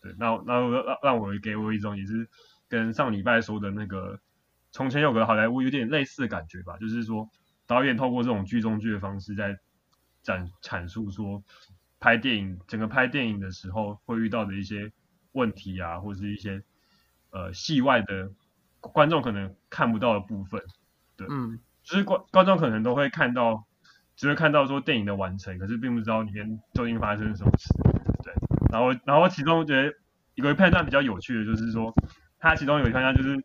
对，那那我让让我给我一种也是跟上礼拜说的那个从前有个好莱坞有点类似的感觉吧，就是说导演透过这种剧中剧的方式在展阐述说拍电影整个拍电影的时候会遇到的一些问题啊，或是一些呃戏外的观众可能看不到的部分，
嗯，
就是观观众可能都会看到，只会看到说电影的完成，可是并不知道里面究竟发生了什么事。对，然后然后其中我觉得有一片段比较有趣的就是说，它其中有一片段就是，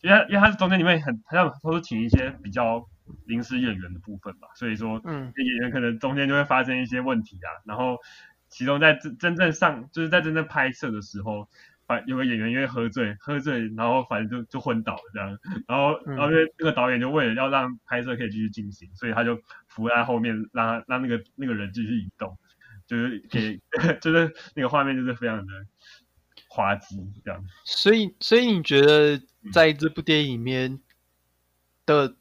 因为它因为它是中间里面很好像都是请一些比较临时演员的部分吧，所以说
嗯
演员可能中间就会发生一些问题啊，然后其中在真真正上就是在真正拍摄的时候，反有个演员因为喝醉喝醉，然后反正就就昏倒了这样，然后
嗯
然后因为那个导演就为了要让拍摄可以继续进行，所以他就扶在后面让他让那个那个人继续移动，就是给 就是那个画面就是非常的滑稽这样，
所以所以你觉得在这部电影里面的，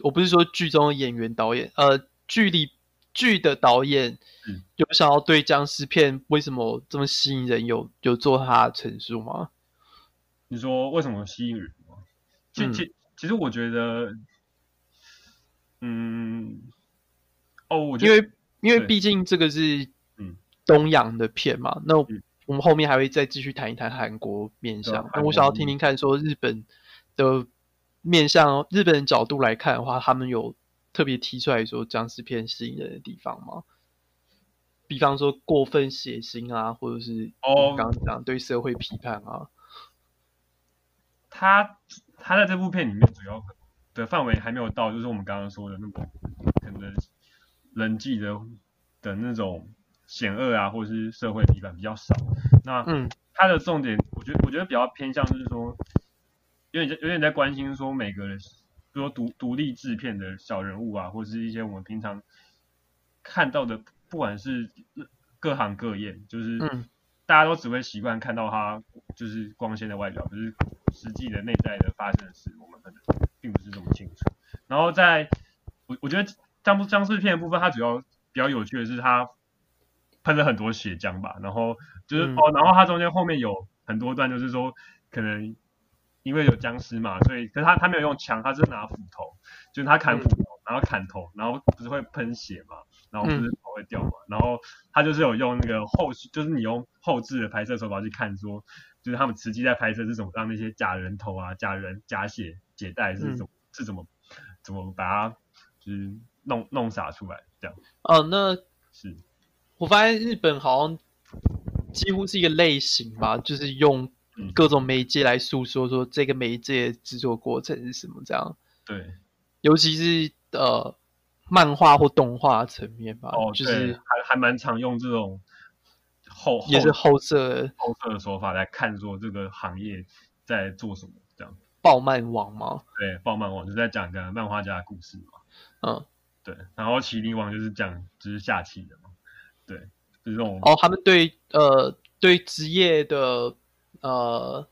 我不是说剧中的演员导演，呃，剧里剧的导演
嗯
有想要对僵尸片为什么这么吸引人有有做他的陈述吗？
你说为什么吸引人吗？其
嗯
其其实我觉得，嗯，哦，我觉
因
得
为因为
对
毕竟这个是
嗯
东洋的片嘛，那我
嗯
我们后面还会再继续谈一谈韩国面
对啊
向。
韩
那
国
我想要
面
听听看，说日本的面向日本的角度来看的话，他们有特别提出来说僵尸片吸引人的地方吗？比方说过分血腥啊，或者是
哦
我刚刚讲对社会批判啊，
他他在这部片里面主要的范围还没有到，就是我们刚刚说的那种可能人际的的那种险恶啊，或者是社会批判比较少。那
嗯
它的重点，我觉得我觉得比较偏向就是说，有点在有点在关心说每个人，比如说独独立制片的小人物啊，或是一些我们平常看到的，不管是各行各业，就是
嗯
大家都只会习惯看到他就是光鲜的外表，可是实际的内在的发生的事，我们可能并不是这么清楚。然后在我我觉得僵尸僵尸片的部分，它主要比较有趣的是它喷了很多血浆吧，然后就是、
嗯
哦，然后它中间后面有很多段就是说可能因为有僵尸嘛，所以可是他他没有用枪，他是拿斧头，就是他砍斧头，然后砍头，然后不是会喷血嘛，然后不是头会掉嘛，然后他就是有用那个后续，就是你用后置的拍摄手法去看说，就是他们实际在拍摄是怎么让那些假人头啊、假人假血解带
嗯
是怎么、是怎么怎么把它就是弄弄洒出来，这样
哦，那
是
我发现日本好像几乎是一个类型吧，就是用
嗯
各种媒介来诉说说这个媒介制作过程是什么这样，
对
尤其是呃漫画或动画层面吧，
哦，
啊就
对
是
还还蛮常用这种后后
也是后设
后设的手法来看说这个行业在做什么，这样
暴漫王嘛，
对爆漫网就在讲一个漫画家的故事嘛。
嗯，
对，然后麒麟王就是讲就是下棋的嘛，对，就是这种
哦，他们对呃对职业的呃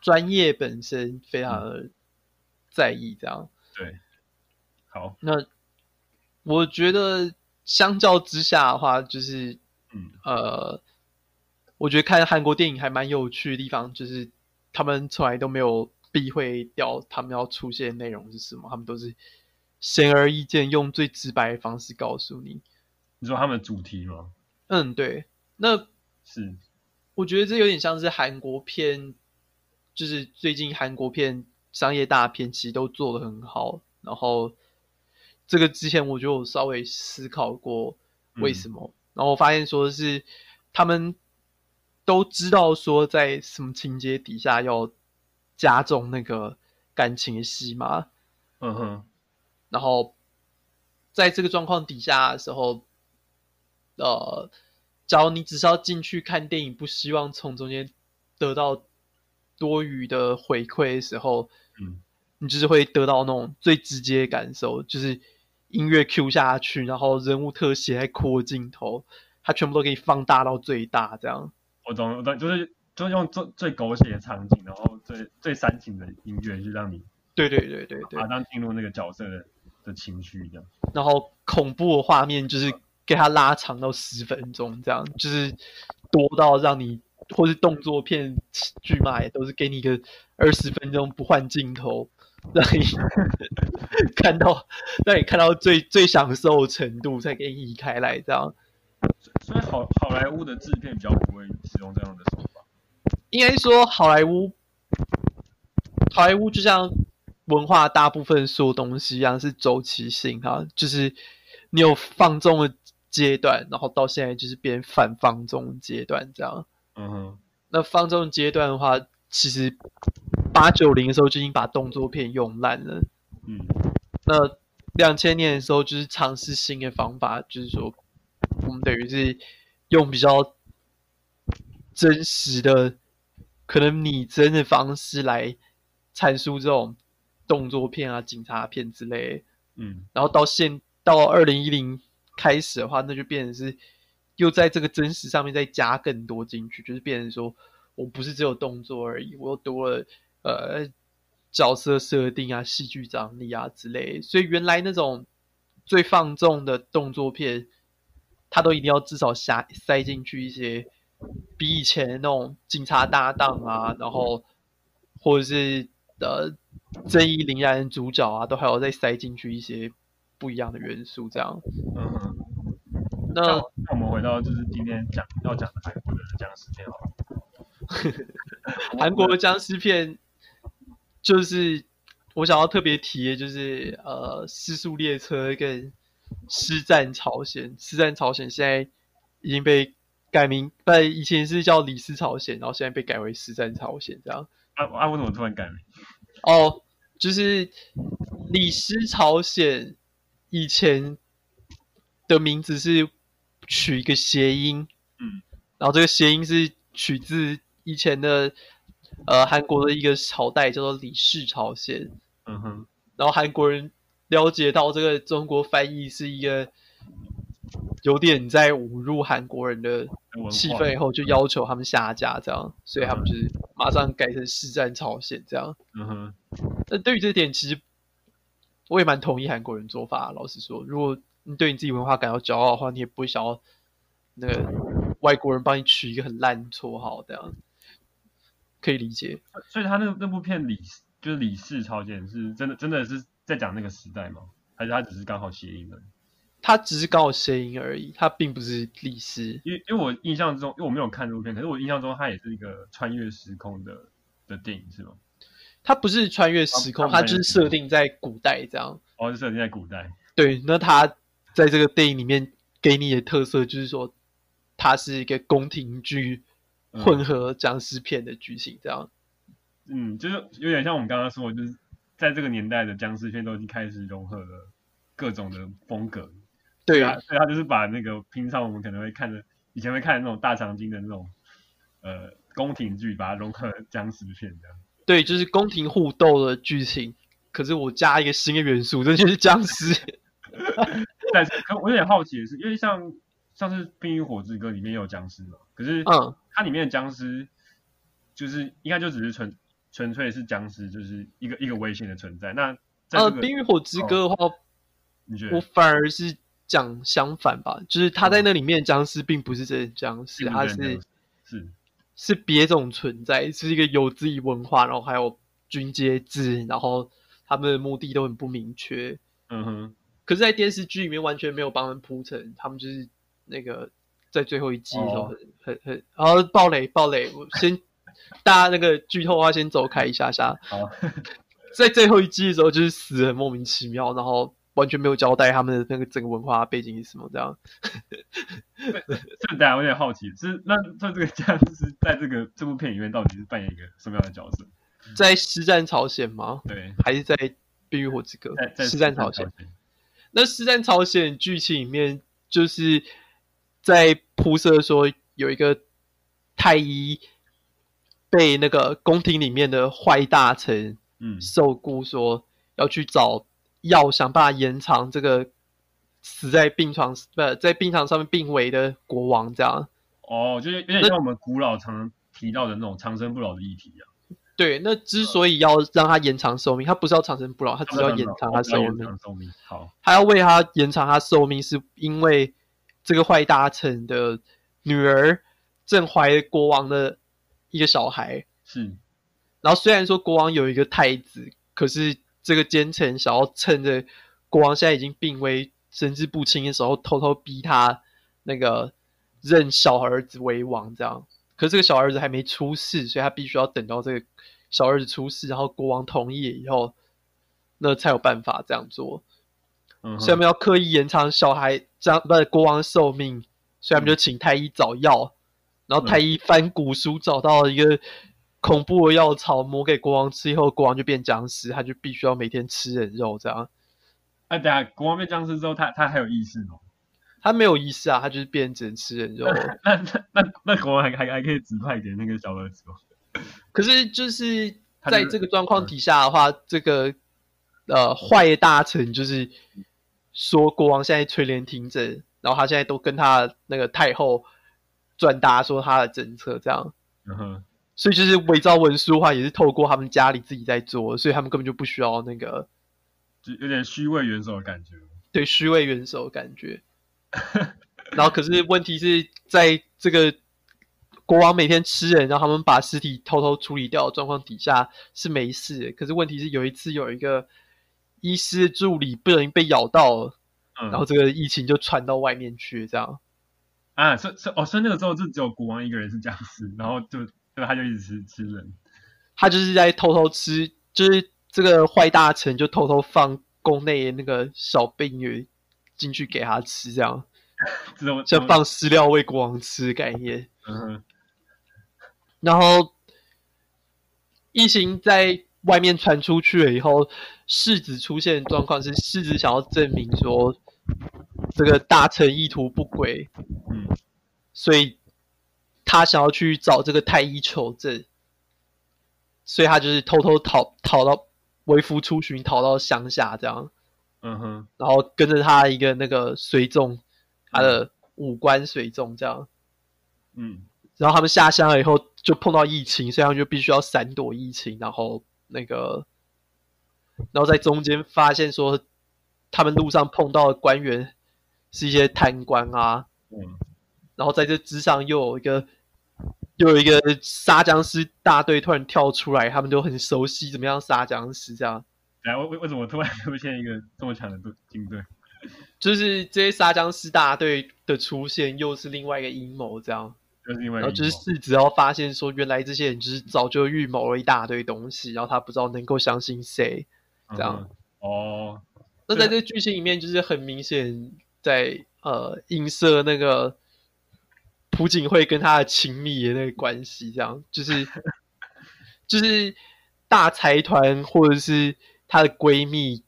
专业本身非常
嗯
的在意这样，
好，
那我觉得相较之下的话，就是
嗯
呃，我觉得看韩国电影还蛮有趣的地方，就是他们从来都没有避讳掉他们要出现的内容是什么，他们都是显而易见，用最直白的方式告诉你。
你说他们的主题吗？
嗯，对。那
是，
我觉得这有点像是韩国片，就是最近韩国片商业大片其实都做得很好。然后这个之前我觉得我稍微思考过为什么，然后我发现说是他们都知道说在什么情节底下要加重那个感情戏嘛，
嗯哼，
然后在这个状况底下的时候，呃，假如你只是要进去看电影，不希望从中间得到多余的回馈的时候，
嗯，
你就是会得到那种最直接的感受，就是音乐 Q 下去，然后人物特写在哭的镜头，它全部都给你放大到最大，这样。
我懂，我懂，就是就是用最最狗血的场景，然后最最煽情的音乐，去让你
对对对对对
马。上进入那个角色的的情绪，这样。
然后恐怖的画面就是给它拉长到十分钟，这样就是多到让你或是动作片剧嘛，也都是给你个二十分钟不换镜头，让你 看到让你看到最最享受的程度，再给你移开来这样。
所以所以好好莱坞的制片比较不会使用这样的手法，
应该说好莱坞，好莱坞就像文化大部分所有东西一样，是周期性哈、就是你有放纵的阶段，然后到现在就是变反放纵的阶段这样。
嗯哼，
那放纵的阶段的话，其实八九零的时候就已经把动作片用烂了。
嗯，
那两千年的时候，就是尝试新的方法，就是说，我们等于是用比较真实的，可能拟真的方式来阐述这种动作片啊、警察片之类的。
嗯，
然后到现到二零一零开始的话，那就变成是又在这个真实上面再加更多进去，就是变成说我不是只有动作而已，我又多了呃角色设定啊、戏剧张力啊之类的。所以原来那种最放纵的动作片，它都一定要至少塞塞进去一些比以前那种警察搭档啊，然后或者是呃正义凛然的主角啊，都还要再塞进去一些不一样的元素，这样。
嗯哼。那
那
那我们回到就是今天讲要讲的韩国的僵尸片好了，
韩国的僵尸片，就是我想要特别提的，就是呃《失速列车》跟《师战朝鲜》。《师战朝鲜》现在已经被改名，但以前是叫《李斯朝鲜》，然后现在被改为《师战朝鲜》这样。
啊啊，为什么突然改名？
哦，就是李斯朝鲜以前的名字是取一个谐音，
嗯，
然后这个谐音是取自以前的呃韩国的一个朝代叫做李氏朝鲜，
嗯哼，
然后韩国人了解到这个中国翻译是一个有点在侮辱韩国人的
文化
气氛以后，就要求他们下架这样，所以他们就是马上改成市占朝鲜这样。
嗯哼，
但对于这点，其实我也蛮同意韩国人做法。啊老实说，如果你对你自己文化感到骄傲的话，你也不会想要那个外国人帮你取一个很烂的绰号，这样可以理解。
所以他那那部片李就是李氏超见是真的真的是在讲那个时代吗？还是他只是刚好谐音而已？
他只是刚好谐音而已，他并不是历史。
因为因为我印象中，因为我没有看这部片，可是我印象中它也是一个穿越时空的的电影是吗？
它不是穿越时空，
它
它
它
就是设定在古代这样。
哦，是设定在古代，
对，那它在这个电影里面给你的特色就是说，它是一个宫廷剧
嗯
混合僵尸片的剧情这样。
嗯，就是有点像我们刚刚说的，就是在这个年代的僵尸片都已经开始融合了各种的风格，
对
啊，所以他就是把那个平常我们可能会看的，以前会看的那种大长今的那种呃宫廷剧，把它融合僵尸片这样。
对，就是宫廷互斗的剧情。可是我加一个新的元素， 这就是僵尸。
但是可我有点好奇的是，因为像像是《冰与火之歌》里面也有僵尸嘛，可是
嗯，
它里面的僵尸就是应该就只是纯纯粹是僵尸，就是一个一个危险的存在。那在
呃，《
这个、哦
冰与火之歌》的话，
你觉
我
得
反而是讲相反吧，就是他在那里面的僵尸并不是真的僵尸，
嗯并不
他
真的
是
是
是别种存在，是一个有自己文化，然后还有军阶制，然后他们的目的都很不明确。
嗯哼
可是，在电视剧里面完全没有帮他们铺陈，他们就是那个在最后一季的时候很、
哦
很很，然后暴雷暴雷，我先大家那个剧透的话先走开一下下。
好
在最后一季的时候，就是死得很莫名其妙，然后完全没有交代他们的那个整个文化背景是什么这样。
这大家有点好奇，是那那这个 僵尸在这个这部片里面到底是扮演一个什么样的角色？
在《师战朝鲜》吗？
对，
还是在《冰与火之歌
在》在
《师战朝
朝
鲜》？那《师战朝鲜》剧情里面，就是在铺设说有一个太医被那个宫廷里面的坏大臣
嗯
受雇，说要去找药，想办法延长这个死在病床不在病床上面病危的国王这样。
哦，就是有点像我们古老常常提到的那种长生不老的议题啊，
对，那之所以要让他延长寿命，他不是要长生不老，他只是要延长他
他
寿命。
寿命。好，
他要为他延长他寿命，是因为这个坏大臣的女儿正怀了国王的一个小孩。
是
然后虽然说国王有一个太子，可是这个奸臣想要趁着国王现在已经病危、神志不清的时候，偷偷逼他那个认小儿子为王，这样。可是这个小儿子还没出世，所以他必须要等到这个小儿子出世，然后国王同意以后，那才有办法这样做。
嗯哼，
所以他们要刻意延长小孩张不是国王的寿命，所以他们就
嗯
请太医找药，然后太医翻古书找到一个恐怖的药草，抹给国王吃以后，国王就变僵尸，他就必须要每天吃人肉这样。
哎、等下国王变僵尸之后，他他还有意识吗？
他没有意思啊，他就是变成只能吃人肉。
那那那那国王还还还可以指派给那个小儿子吗？
可是就是
他
在
就是
这个状况底下的话，这个呃坏大臣就是说国王现在垂帘听政，然后他现在都跟他那个太后转达说他的政策这样。
嗯哼，
所以就是伪造文书的话，也是透过他们家里自己在做，所以他们根本就不需要那个
就有点虚位元首的感觉。
对虚位元首的感觉。然后可是问题是在这个国王每天吃人，然后他们把尸体偷偷处理掉的状况底下是没事的。可是问题是有一次有一个医师助理不小心被咬到了，
嗯，
然后这个疫情就传到外面去，这样。
啊，所以所以哦，所以那个时候就只有国王一个人是僵尸，然后就对他就一直吃吃人。
他就是在偷偷吃，就是这个坏大臣就偷偷放宫内的那个小病女进去给他吃，这样
之后
像放饲料喂国王吃的概念。
嗯哼
然后疫情在外面传出去了以后，世子出现的状况是世子想要证明说这个大臣意图不轨，
嗯，
所以他想要去找这个太医求证，所以他就是偷偷逃逃到为夫出巡，逃到乡下这样，
嗯哼，
然后跟着他一个那个随从，他的五官随从这样，
嗯
然后他们下乡了以后就碰到疫情，所以他们就必须要闪躲疫情，然后那个，然后在中间发现说，他们路上碰到的官员是一些贪官啊，
嗯
然后在这之上又有一个又有一个杀僵尸大队突然跳出来，他们都很熟悉怎么样杀僵尸，这样
哎，为为为什么突然出现一个这么强的队军队？
就是这些杀僵尸大队的出现又是另外一个阴谋，这样。
就是因为
然后就是
阴谋
世子要发现说，原来这些人就是早就预谋了一大堆东西，然后他不知道能够相信谁。这样
嗯哼哦，
那
对
在
啊
这剧情里面，就是很明显在呃映射那个朴槿惠跟他的亲密的那个关系，这样就是 就是大财团或者是她的闺蜜，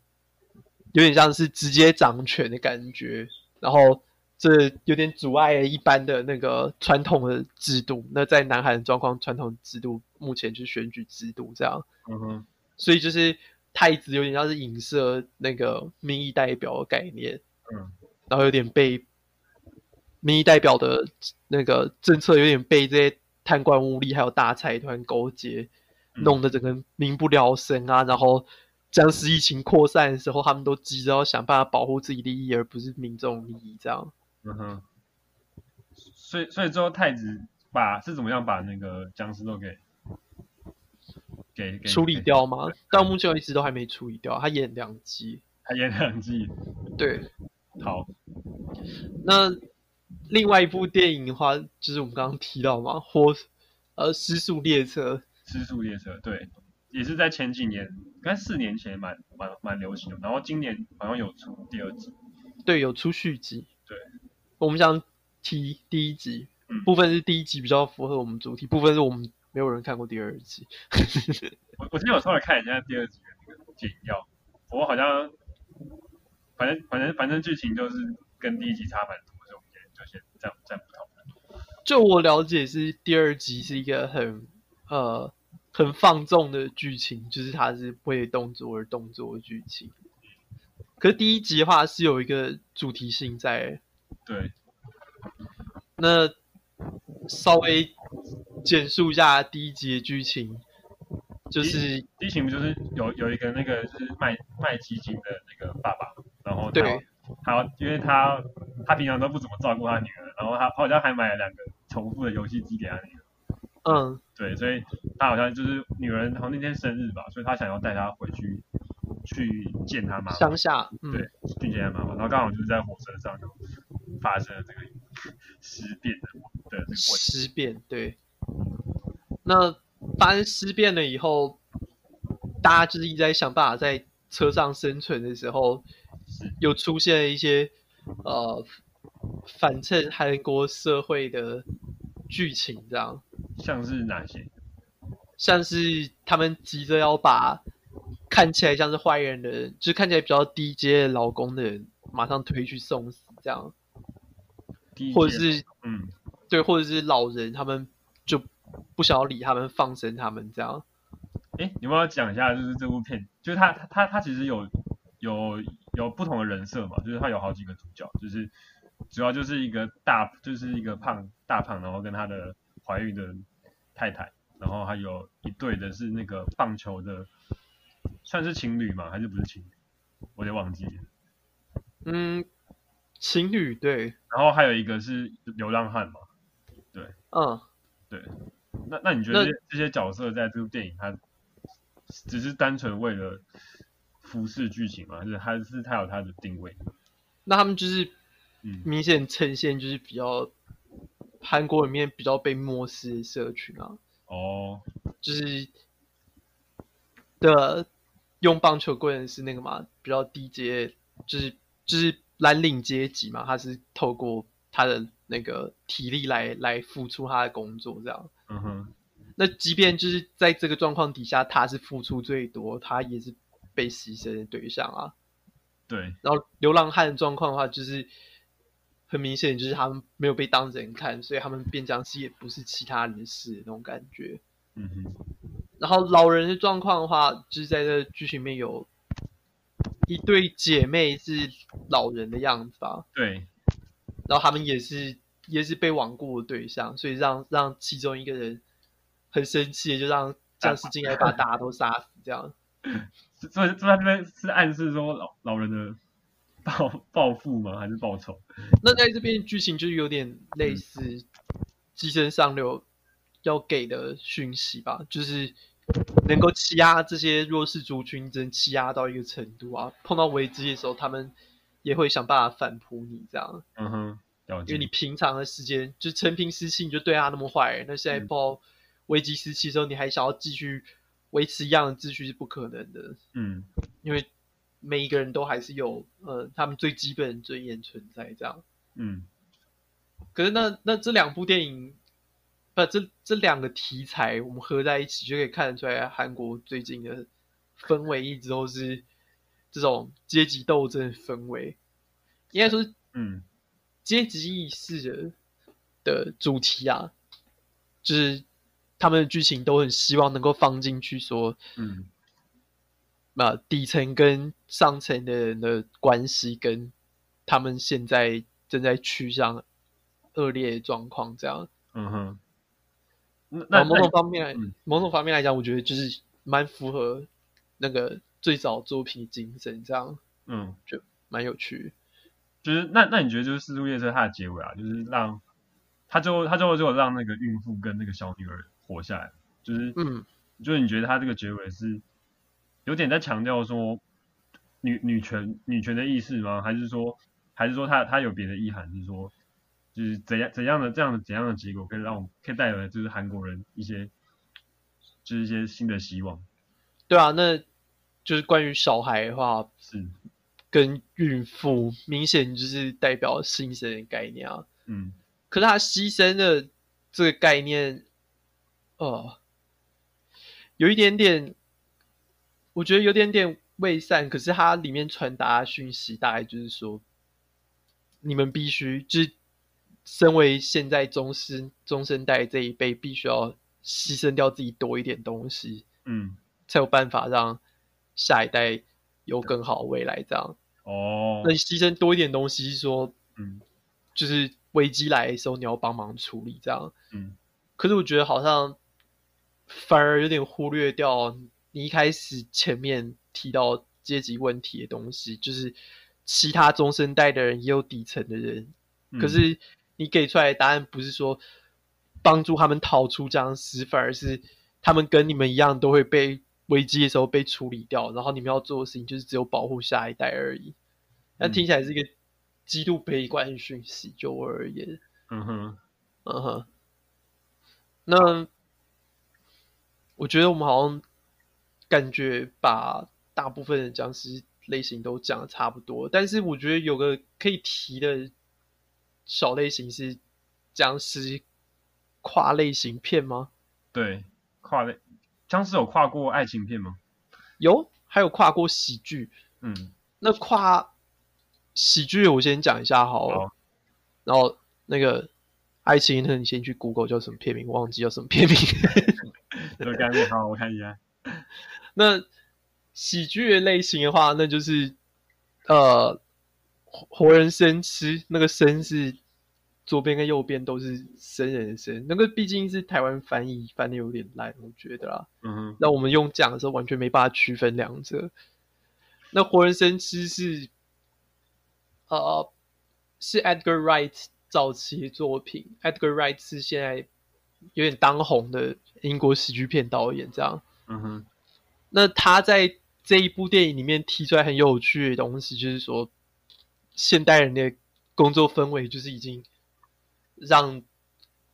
有点像是直接掌权的感觉，然后。这有点阻碍了一般的那个传统的制度。那在南韩的状况，传统制度目前就是选举制度这样。
嗯哼，
所以就是他一直有点像是影射那个民意代表的概念，
嗯，
然后有点被民意代表的那个政策有点被这些贪官污吏还有大财团勾结，
嗯
弄得整个民不聊生啊，然后。僵尸疫情扩散的时候，他们都急着要想办法保护自己利益，而不是民众利益。这样，
嗯哼，所以所以最后太子把是怎么样把那个僵尸都给给给
处理
给
掉吗？到目前为止都还没处理掉，他演两集。
他演两季，
对，
好，
那另外一部电影的话，就是我们刚刚提到嘛，或呃《失速列车》，
《失速列车》对，也是在前几年，应该四年前蛮蛮蛮流行的，然后今年好像有出第二季，
对，有出续集。
对，
我们想提第一集，
嗯
部分是第一集比较符合我们主题，部分是我们没有人看过第二集。
我我今天有稍微看一下第二集的那个简要，我好像反正反正反正剧情就是跟第一集差蛮多，所以我们今天就先这样这样不讨论。
就我了解是第二集是一个很呃很放纵的剧情，就是它是为动作而动作的剧情。可是第一集的话是有一个主题性在，
对，
那稍微简述一下第一集的剧情，就是
第一集不就是有有一个那个就是卖卖基金的那个爸爸，然后他
对
他要因为他他平常都不怎么照顾他女儿，然后他他好像还买了两个重复的游戏机给他女儿。
嗯
对，所以他好像就是女儿好像那天生日吧，所以他想要带她回去去见她妈妈，
乡下，嗯
对，去见她妈妈。然后刚好就是在火车上就发生了这个 尸变的的这个问题。
尸变对。那发生尸变了以后，大家就是一直在想办法在车上生存的时候，又出现了一些呃反衬韩国社会的剧情，这样。
像是哪些？
像是他们急着要把看起来像是坏人的人，就是看起来比较低阶的劳工的人，马上推去送死，这样，
第一件
或者是
嗯，
对，或者是老人，他们就不想要理他们，放生他们这样。
哎，你们要讲一下，就是这部片，就是他他他他其实有有有不同的人设嘛，就是他有好几个主角，就是主要就是一个大就是一个胖大胖，然后跟他的怀孕的太太，然后还有一对的是那个棒球的，算是情侣嘛，还是不是情侣？我有点忘记了。
嗯，情侣对，
然后还有一个是流浪汉嘛，
嗯，
那那你觉得
那
这这些角色在这部电影，它只是单纯为了服侍剧情吗？还是还是它有它的定位？
那他们就是
嗯
明显呈现就是比较韩国里面比较被漠视的社群啊，
哦，
就是的用棒球棍的是那个嘛，比较低阶，就是就是蓝领阶级嘛，他是透过他的那个体力来来付出他的工作这样。
嗯哼，
那即便就是在这个状况底下，他是付出最多，他也是被牺牲的对象啊。
对，
然后流浪汉的状况的话，就是很明显就是他们没有被当人看，所以他们变僵尸也不是其他人的事那种感觉。
嗯哼，
然后老人的状况的话，就是在这剧情里面有一对姐妹是老人的样子吧，
对，
然后他们也是也是被罔顾的对象，所以让让其中一个人很生气，就让僵尸进来把大家都杀死，这样
所以所以他这边是暗示说老老人的报报复吗？还是报仇？
那在这边剧情就是有点
嗯
类似寄生上流要给的讯息吧，就是能够欺压这些弱势族群，只能欺压到一个程度啊，碰到危机的时候，他们也会想办法反扑你这样。
嗯哼，了
因
解。
为你平常的时间就陈平时期你就对他那么坏，那现在
嗯
到危机时期的时候，你还想要继续维持一样的秩序是不可能的，
嗯
因为每一个人都还是有呃他们最基本的尊严存在这样。
嗯
可是那那这两部电影，不，这这两个题材我们合在一起，就可以看得出来韩国最近的氛围一直都是这种阶级斗争的氛围，应该说是
嗯
阶级意识的的主题啊，就是他们的剧情都很希望能够放进去说，
嗯
那底层跟上层的人的关系，跟他们现在正在趋向恶劣的状况这样。
嗯哼。那
那
那
哦某
那
种方面来，
嗯
某种方面来讲，我觉得就是蛮符合那个最早作品精神，这样
嗯，
蛮有趣。
就是那那你觉得就是《四路列车》它的结尾啊，就是让他最后他最后只有让那个孕妇跟那个小女儿活下来，就是
嗯，
就是你觉得他这个结尾是有点在强调说女女权女权的意识吗？还是说还是说他他有别的意涵，是说就是怎样怎样的这样的怎样的结果可以让我可以带来就是韩国人一些就是一些新的希望？
对啊，那就是关于小孩的话，
是，
跟孕妇明显就是代表新生的概念啊。
嗯
可是他牺牲的这个概念，呃，有一点点，我觉得有点点未散。可是它里面传达的讯息大概就是说，你们必须，就是身为现在中生中生代这一辈，必须要牺牲掉自己多一点东西，
嗯，
才有办法让下一代有更好的未来。这样，
哦
那，你牺牲多一点东西，说
嗯
就是危机来的时候，你要帮忙处理这样。
嗯
可是我觉得好像反而有点忽略掉你一开始前面提到阶级问题的东西，就是其他中生代的人也有底层的人，
嗯，
可是你给出来的答案不是说帮助他们逃出僵尸，反而是他们跟你们一样都会被危机的时候被处理掉，然后你们要做的事情就是只有保护下一代而已。那
嗯
听起来是一个极度悲观的讯息，就我而言。
嗯哼，
嗯哼，那我觉得我们好像感觉把大部分的僵尸类型都讲的差不多，但是我觉得有个可以提的小类型是僵尸跨类型片吗？
对，跨类僵尸有跨过爱情片吗？
有，还有跨过喜剧。
嗯
那跨喜剧我先讲一下好了，
好
然后那个爱情呢，你先去 Google 叫什么片名，忘记叫什么片名。
这个概念好，我看一下。
那喜剧的类型的话，那就是呃，活活人生吃，那个生是左边跟右边都是生人的生，那个毕竟是台湾翻译翻的有点烂，我觉得啦。
嗯哼，
那我们用讲的时候完全没办法区分两者。那活人生吃是呃是 Edgar Wright 早期的作品，Edgar Wright 是现在有点当红的英国喜剧片导演，这样。
嗯哼，
那他在这一部电影里面提出来很有趣的东西，就是说，现代人的工作氛围就是已经让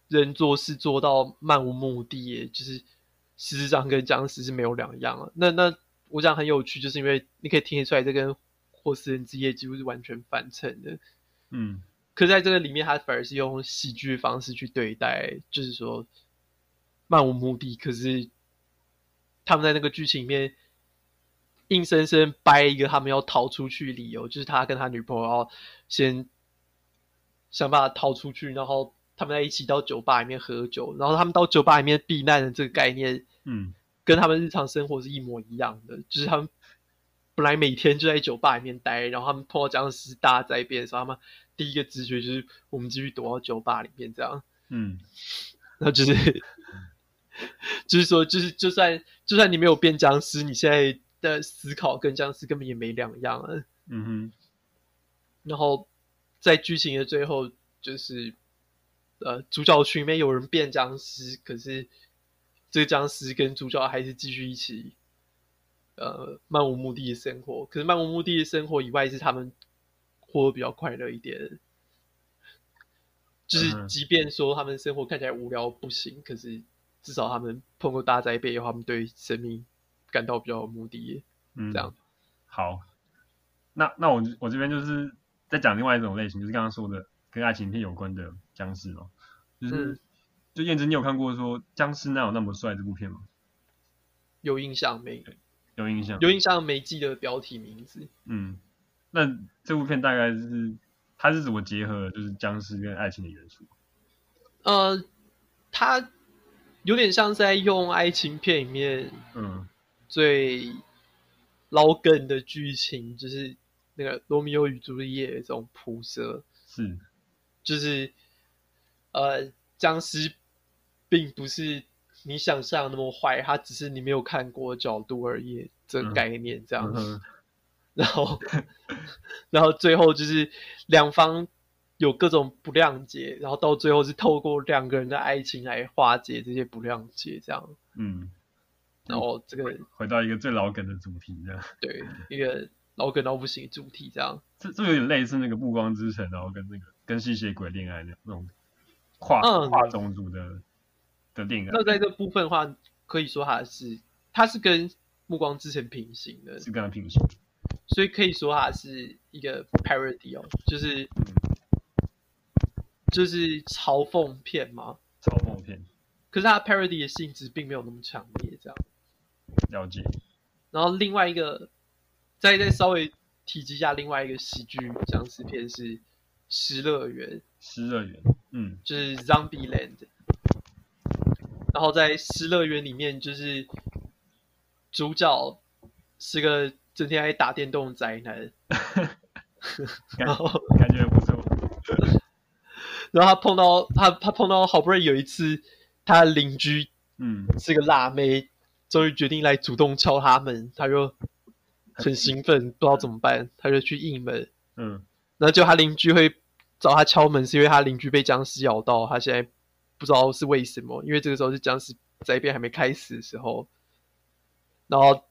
人做事做到漫无目的耶，就是事实上跟僵尸是没有两样啊。那那我讲很有趣，就是因为你可以听得出来，这跟霍斯人之夜几乎是完全反衬的。
嗯
可在这个里面，他反而是用喜剧的方式去对待，就是说漫无目的。可是他们在那个剧情里面，硬生生掰一个他们要逃出去的理由，就是他跟他女朋友要先想办法逃出去，然后他们在一起到酒吧里面喝酒，然后他们到酒吧里面避难的这个概念，
嗯，
跟他们日常生活是一模一样的，就是他们本来每天就在酒吧里面待，然后他们碰到这样的事大灾变的时候，他们第一个直觉就是我们继续躲到酒吧里面这样，
嗯，
然后就是就是说，就是就算就算你没有变僵尸，你现在的思考跟僵尸根本也没两样啊。
嗯
然后在剧情的最后，就是呃，主角群里面有人变僵尸，可是这个僵尸跟主角还是继续一起呃漫无目的的生活。可是漫无目的的生活以外，是他们活得比较快乐一点。就
嗯
是
哼
即便说他们生活看起来无聊不行，可是至少他们碰过大灾变以后，他们对生命感到比较有目的。
哼，
这样
嗯，好，那那我我这边就是在讲另外一种类型，就是刚刚说的跟爱情片有关的僵尸哦，就是、
嗯
就燕之，你有看过说《僵尸哪有那么帅》这部片吗？
有印象没？
有印象？
有印象没记得标题名字？
嗯，那这部片大概就是它是怎么结合就是僵尸跟爱情的元素？
呃，他有点像在用爱情片里面
嗯
最老梗的剧情，就是那个罗密欧与朱丽叶的这种铺设，
是，
就是呃，僵尸并不是你想象那么坏，它只是你没有看过的角度而已，这个
嗯
概念这样
嗯
子。
哼
然后， 然后最后就是两方有各种不谅解，然后到最后是透过两个人的爱情来化解这些不谅解，这样。
嗯，
然后这个
回到一个最老梗的主题这样。
对一个老梗到不行的主题，这样。
这这有点类似那个《暮光之城》，然后跟那个跟吸血鬼恋爱那那种跨、
嗯
跨种族的的恋爱
那在这部分的话，可以说它是它是跟《暮光之城》平行的，
是跟他平行。
所以可以说它是一个 parody 哦，就是
嗯
就是嘲讽片嘛。
嘲讽片，
可是它 parody 的性质并没有那么强烈，这样。
了解。
然后另外一个，再再稍微提及一下另外一个喜剧僵尸片是《失乐园》，
失乐园，嗯
就是 Zombie Land。然后在《失乐园》里面，就是主角是个整天爱打电动的宅男，然后
感觉不错。
然后他碰到他他碰到好不容易有一次，他的邻居
嗯，
是个辣妹，终于决定来主动敲他门，他就很兴奋，不知道怎么办，他就去应门。
嗯，
然后就他邻居会找他敲门，是因为他邻居被僵尸咬到，他现在不知道是为什么，因为这个时候是僵尸灾变还没开始的时候，然后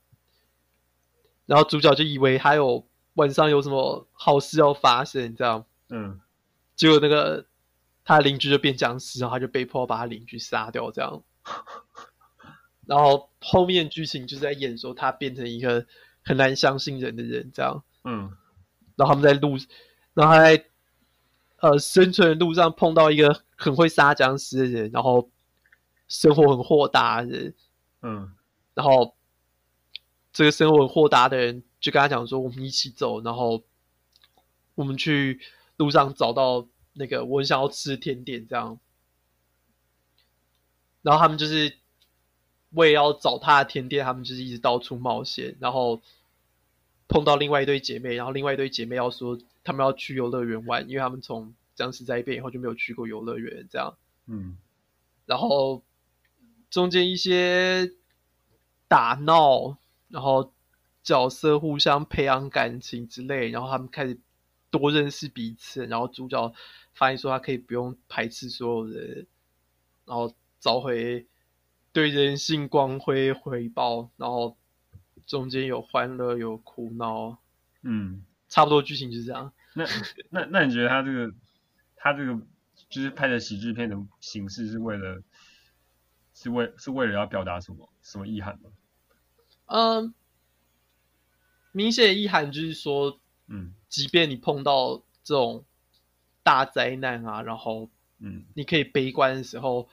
然后主角就以为他有晚上有什么好事要发生，这样，
嗯，
结果那个他的邻居就变僵尸，然后他就被迫把他邻居杀掉，这样。然后后面剧情就在演说他变成一个很难相信人的人，这样。
嗯，
然后他们在路，然后他在呃生存的路上碰到一个很会杀僵尸的人，然后生活很豁达的人，
嗯，
然后这个生活很豁达的人就跟他讲说，我们一起走，然后我们去路上找到那个我很想要吃的甜点，这样。然后他们就是为了要找他的甜点，他们就是一直到处冒险，然后碰到另外一对姐妹，然后另外一对姐妹要说他们要去游乐园玩，因为他们从僵尸灾变以后就没有去过游乐园，这样。
嗯，
然后中间一些打闹，然后角色互相培养感情之类，然后他们开始多认识彼此，然后主角发现说他可以不用排斥所有人，然后找回对人性光辉回报，然后中间有欢乐有苦恼，
嗯。
差不多剧情就是这样。
那那那你觉得他这个他这个就是拍的喜剧片的形式是为了是为是为了要表达什么什么意涵吗？
嗯，明显的意涵就是说
嗯
即便你碰到这种大灾难啊，然后
嗯
你可以悲观的时候，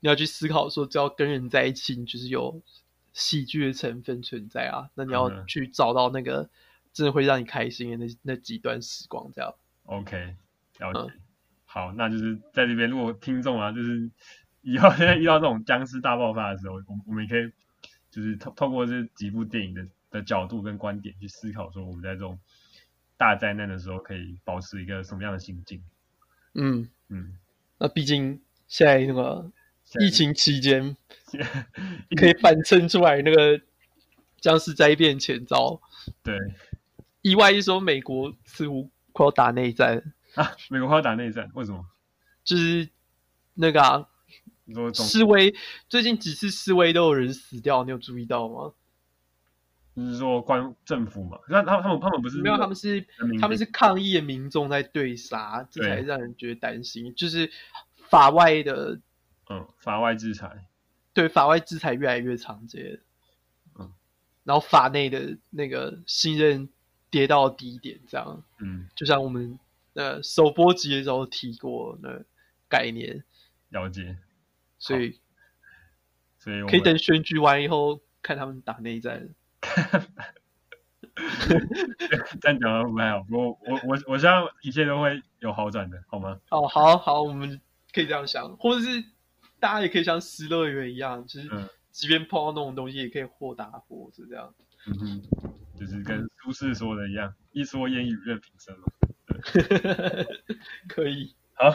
你要去思考说，只要跟人在一起，你就是有喜剧的成分存在啊。那你要
嗯
去找到那个真的会让你开心的那那几段时光，这样。嗯
，OK，了解。好，那就是在这边，如果听众啊，就是 以后现在遇到这种僵尸大爆发的时候，我们我们也可以就是透透过这几部电影的的角度跟观点去思考，说我们在这种大灾难的时候可以保持一个什么样的心境。
嗯，
嗯，
那毕竟现在那个
现在
疫情期间，
现在
可以反衬出来那个僵尸灾变前兆。
对
意外一说，美国似乎快要打内战，
啊，美国快要打内战，为什么？
就是那个、啊、
你说总
示威，最近几次示威都有人死掉，你有注意到吗？
就是说关政府嘛？那他他们他们不是
没有，他们是
人民
他们
兵
是抗议的民众在对杀，这
对
才让人觉得担心。就是法外的
嗯法外制裁，
对法外制裁越来越常见，
嗯，
然后法内的那个信任跌到低点，这样
嗯，
就像我们呃首播集的时候提过的概念，
了解。
所以
所以我们
可以等选举完以后看他们打内战。
这样讲的不太好，不过我我我希望一切都会有好转的，好吗？
哦，好好，我们可以这样想，或者是大家也可以像失乐园一样，就是
嗯
即便碰到那种东西，也可以豁达豁是这 样。
嗯哼，嗯就是跟苏轼说的一样，一说烟雨任平生嘛。
可以，
好，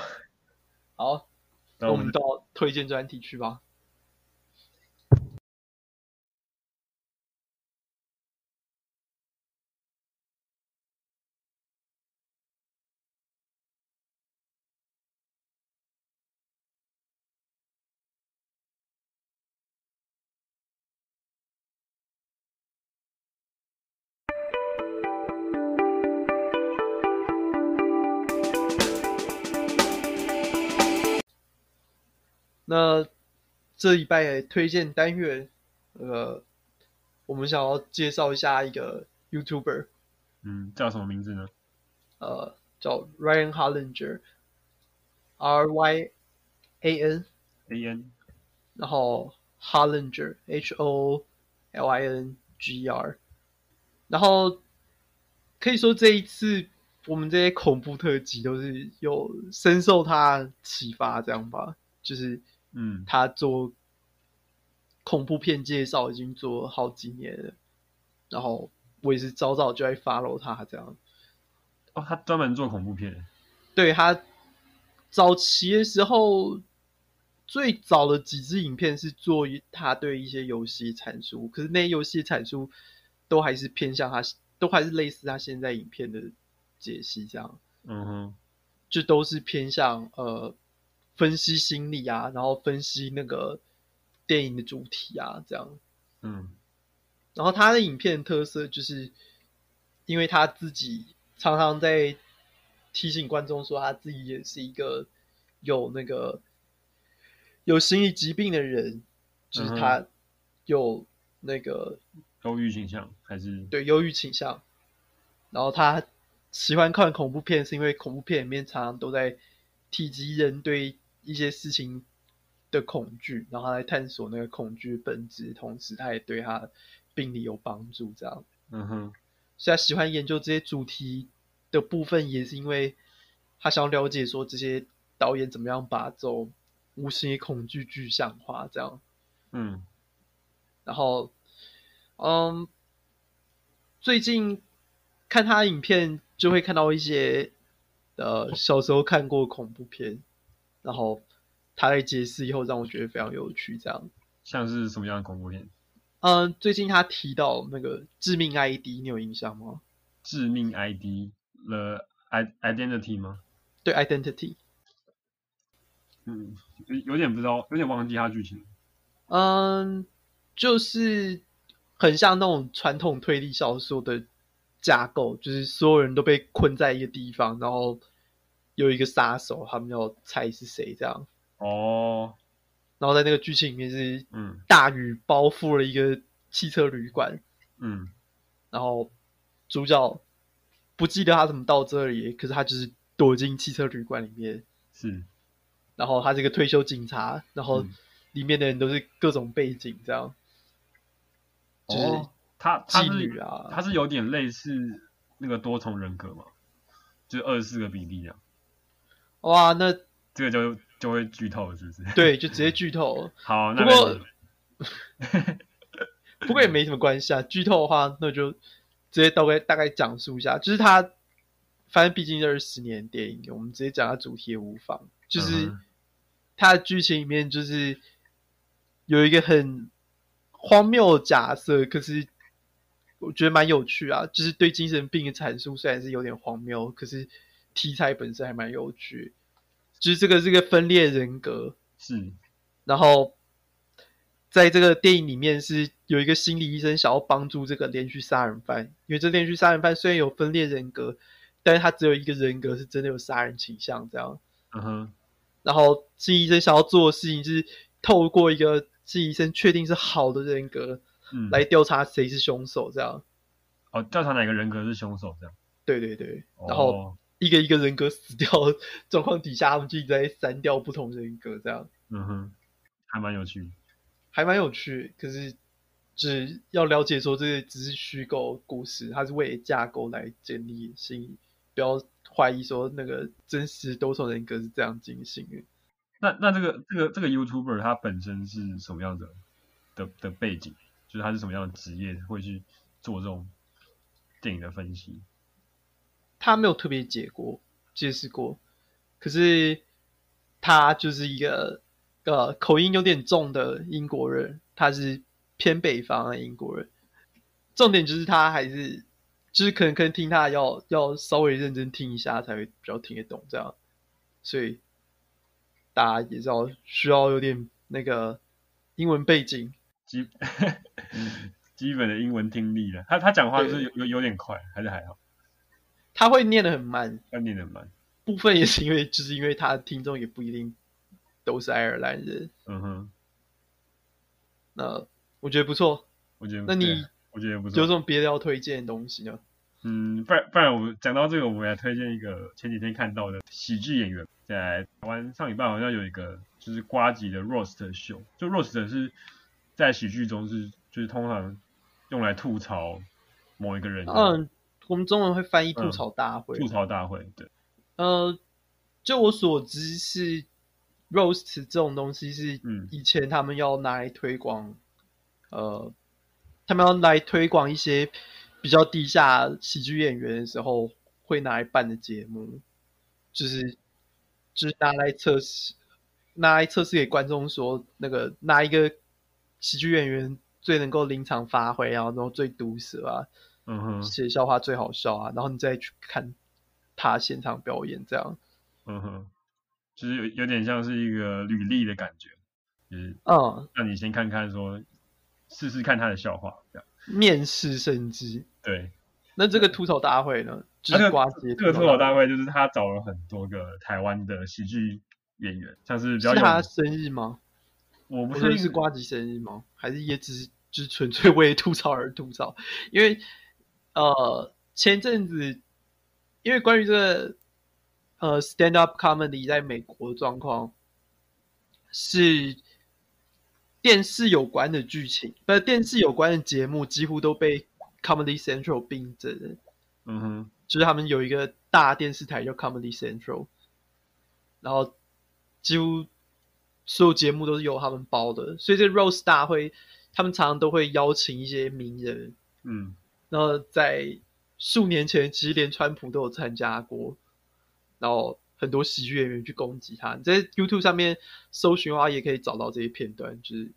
好，那
那我
我
们
们到推荐专题去吧。那这一拜的推荐单元，呃，我们想要介绍一下一个 YouTuber，
嗯叫什么名字呢？
呃，叫 Ryan Hollinger，R Y A N，
A N
然后 Hollinger，H O L I N G E R，然后可以说这一次我们这些恐怖特辑都是有深受他启发，这样吧，就是
嗯
他做恐怖片介绍已经做了好几年了，然后我也是早早就在 follow 他这样。
哦，他专门做恐怖片，
对他早期的时候，最早的几支影片是做一他对一些游戏阐述，可是那些游戏阐述都还是偏向他，都还是类似他现在影片的解析这样。
嗯哼，
就都是偏向呃分析心理啊，然后分析那个电影的主题啊，这样。
嗯
然后他的影片特色就是，因为他自己常常在提醒观众说，他自己也是一个有那个有心理疾病的人，就是他有那个
忧郁倾向还是
对忧郁倾向。然后他喜欢看恐怖片，是因为恐怖片里面常常都在提及人对一些事情的恐惧，然后他来探索那个恐惧的本质，同时他也对他病理有帮助。这样，
嗯哼
所以他喜欢研究这些主题的部分，也是因为他想要了解说这些导演怎么样把这种无形的恐惧具象化，这样。
嗯
然后，嗯，最近看他影片就会看到一些呃小时候看过的恐怖片，然后他在解释以后让我觉得非常有趣。这样，
像是什么样的恐怖片？
嗯，最近他提到那个《致命 ID》，你有印象吗？
致命 ID The I- Identity 吗？
对，《Identity》。
嗯，有有点不知道，有点忘记它剧情。
嗯，就是很像那种传统推理小说的架构，就是所有人都被困在一个地方，然后有一个杀手，他们要猜是谁这样。
哦，
然后在那个剧情里面是
嗯
大雨包覆了一个汽车旅馆，
嗯
然后主角不记得他怎么到这里，可是他就是躲进汽车旅馆里面，
是，
然后他是一个退休警察，然后
嗯
里面的人都是各种背景这样，就是
哦，他他
妓
是
女啊，
它是有点类似那个多重人格嘛，就二十四个比例啊。
哇，那
这个就就会剧透，是不是？
对，就直接剧透了。
好，那
不过
没问题
不过也没什么关系啊。剧透的话，那就直接大概大概讲述一下，就是它，反正毕竟二十年的电影，我们直接讲它主题也无妨。就是
嗯哼
它的剧情里面，就是有一个很荒谬的假设，可是我觉得蛮有趣啊。就是对精神病的阐述虽然是有点荒谬，可是题材本身还蛮有趣。就是这个这个分裂人格，
是
然后在这个电影里面是有一个心理医生想要帮助这个连续杀人犯，因为这连续杀人犯虽然有分裂人格，但是他只有一个人格是真的有杀人倾向这样。
嗯哼
然后心理医生想要做的事情是透过一个心理医生确定是好的人格
嗯
来调查谁是凶手这样。
哦，调查哪个人格是凶手这样。
对对对，然后
哦，
一个一个人格死掉的 状况底下，他们就一直在删掉不同人格这样。
嗯哼，还蛮有趣的。
还蛮有趣，可是只要了解说这个只是虚构故事，它是为了架构来建立心理，不要怀疑说那个真实多重人格是这样进行的。
那那这个这个这个 YouTuber 他本身是什么样的的的背景？就是他是什么样的职业会去做这种电影的分析？
他没有特别解过解释过，可是他就是一个呃口音有点重的英国人，他是偏北方的英国人。重点就是他还是就是可能可能听他要要稍微认真听一下才会比较听得懂这样，所以大家也知道需要有点那个英文背景，
基基本的英文听力了。他他讲话是有有有点快，还是还好？
他会念得很慢，
他念得慢。
部分也是因为就是因为他的听众也不一定都是爱尔兰人。
嗯哼，
那我觉得不错。
我觉得
那你
对我觉得不
有
错。
什么别的要推荐的东西呢？
嗯，不然不然我讲到这个，我也推荐一个前几天看到的喜剧演员，在台湾上礼拜好像有一个就是瓜吉的 roast 秀，就 roast 是在喜剧中是就是通常用来吐槽某一个人的
嗯，我们中文会翻译
嗯
吐槽大会。
吐槽大会，对，
呃，就我所知是 roast 这种东西是
嗯
以前他们要拿来推广，呃，他们要来推广一些比较地下喜剧演员的时候会拿来办的节目，就是就是拿来测试，拿来测试给观众说那个哪一个喜剧演员最能够临场发挥啊，然后最毒舌啊，
嗯哼，
写笑话最好笑啊，然后你再去看他现场表演，这样，
嗯哼，就是有有点像是一个履历的感觉，就是
嗯，
让你先看看说，试试看他的笑话，这样，
面试甚至。
对，
那这个吐槽大会呢，就
这
是
个
瓜姐
这个脱口
大
大会就是他找了很多个台湾的喜剧演员，像是比较
是
有
他生日吗？
我不
不
确定
是是瓜吉生日吗？还是也只是就是纯粹为吐槽而吐槽？因为呃前阵子，因为关于这个呃 stand up comedy 在美国的状况是电视有关的剧情，不是电视有关的节目几乎都被 Comedy Central 并着的，
嗯哼，
就是他们有一个大电视台叫 Comedy Central，然后几乎所有节目都是由他们包的，所以这 Rose 大会，他们常常都会邀请一些名人，
嗯，
然后在数年前，其实连川普都有参加过，然后很多喜剧演员去攻击他，你在 YouTube 上面搜寻的话，也可以找到这些片段，就是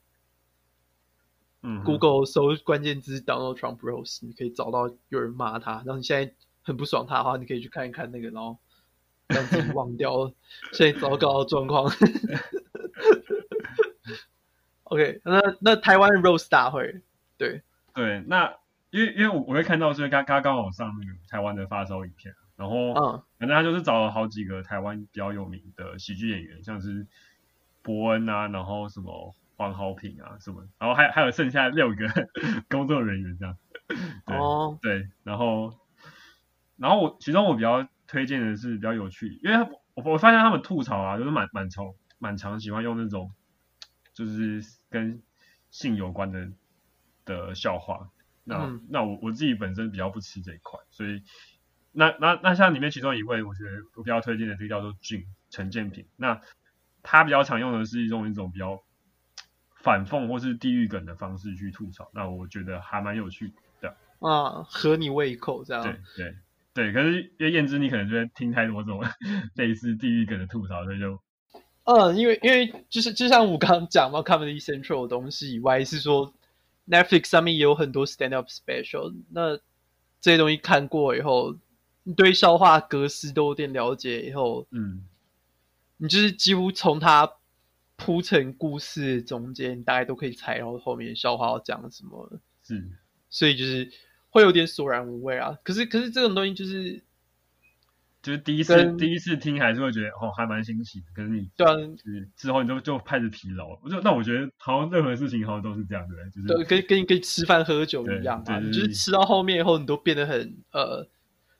嗯哼
Google 搜关键字 Donald Trump Rose，你可以找到有人骂他，然后你现在很不爽他的话，你可以去看一看那个，然后让 自己忘掉现在糟糕的状况。OK，那那台湾 Rose 大会，对，
对，那因为因为我我会看到，就是他他刚好上那个台湾的发烧影片，然后
嗯
反正他就是找了好几个台湾比较有名的喜剧演员，像是伯恩啊，然后什么黄豪平啊什么，然后还还有剩下六个 工作人员这样。对
哦，
对，然后然后我其中我比较推荐的是比较有趣，因为他我我发现他们吐槽啊，就是蛮蛮常蛮常喜欢用那种就是跟性有关的的笑话。那、
嗯
那我我自己本身比较不吃这一块，所以那那那像里面其中一位，我觉得我比较推荐的这个叫做 Jim 陈建平。那他比较常用的是用一种比较反讽或是地域梗的方式去吐槽，那我觉得还蛮有趣的。
啊，合你胃口这
对
样。
对对，可是因为燕之你可能觉得听太多这种 类似地域梗的吐槽，所以就
嗯，因为因为就是就像我刚刚讲到 Comedy Central 的东西以外，是说 Netflix 上面也有很多 stand up special，那这些东西看过以后，你对笑话格式都有点了解以后，
嗯
你就是几乎从它铺陈故事中间，你大概都可以猜到后面笑话要讲什么了。
是
所以就是会有点索然无味啊。可是可是这种东西就是
就是第一次
跟
第一次听还是会觉得哦还蛮新奇的，可是你
对啊，
就是之后你就就开始疲劳，我就那我觉得好像任何事情好像都是这样的，就是
对，跟跟跟吃饭喝酒一样
嗯对
啊，
对
你
对
就是吃到后面以后，你都变得很呃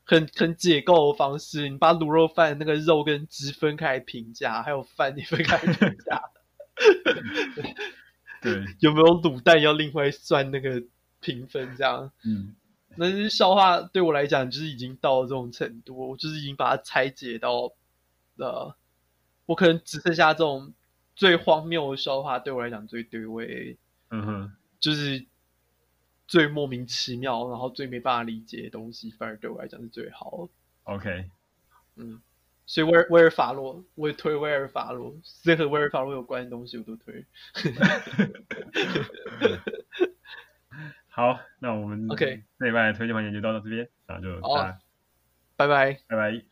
很很解构的方式，你把卤肉饭那个肉跟汁分开评价，还有饭你分开评价，
对，
有没有卤蛋要另外算那个评分这样。
嗯，
但是笑话对我来讲，就是已经到了这种程度，我就是已经把它拆解到，呃，我可能只剩下这种最荒谬的笑话，对我来讲最对味，
嗯哼，
就是最莫名其妙，然后最没办法理解的东西，反而对我来讲是最好的。
，OK，
嗯，所以威尔威尔法洛，我也推威尔法洛，任何威尔法洛有关的东西我都推。
好，那我们
OK
这一拜的推荐环节就到这边，那就
好
大家
拜拜。
拜拜。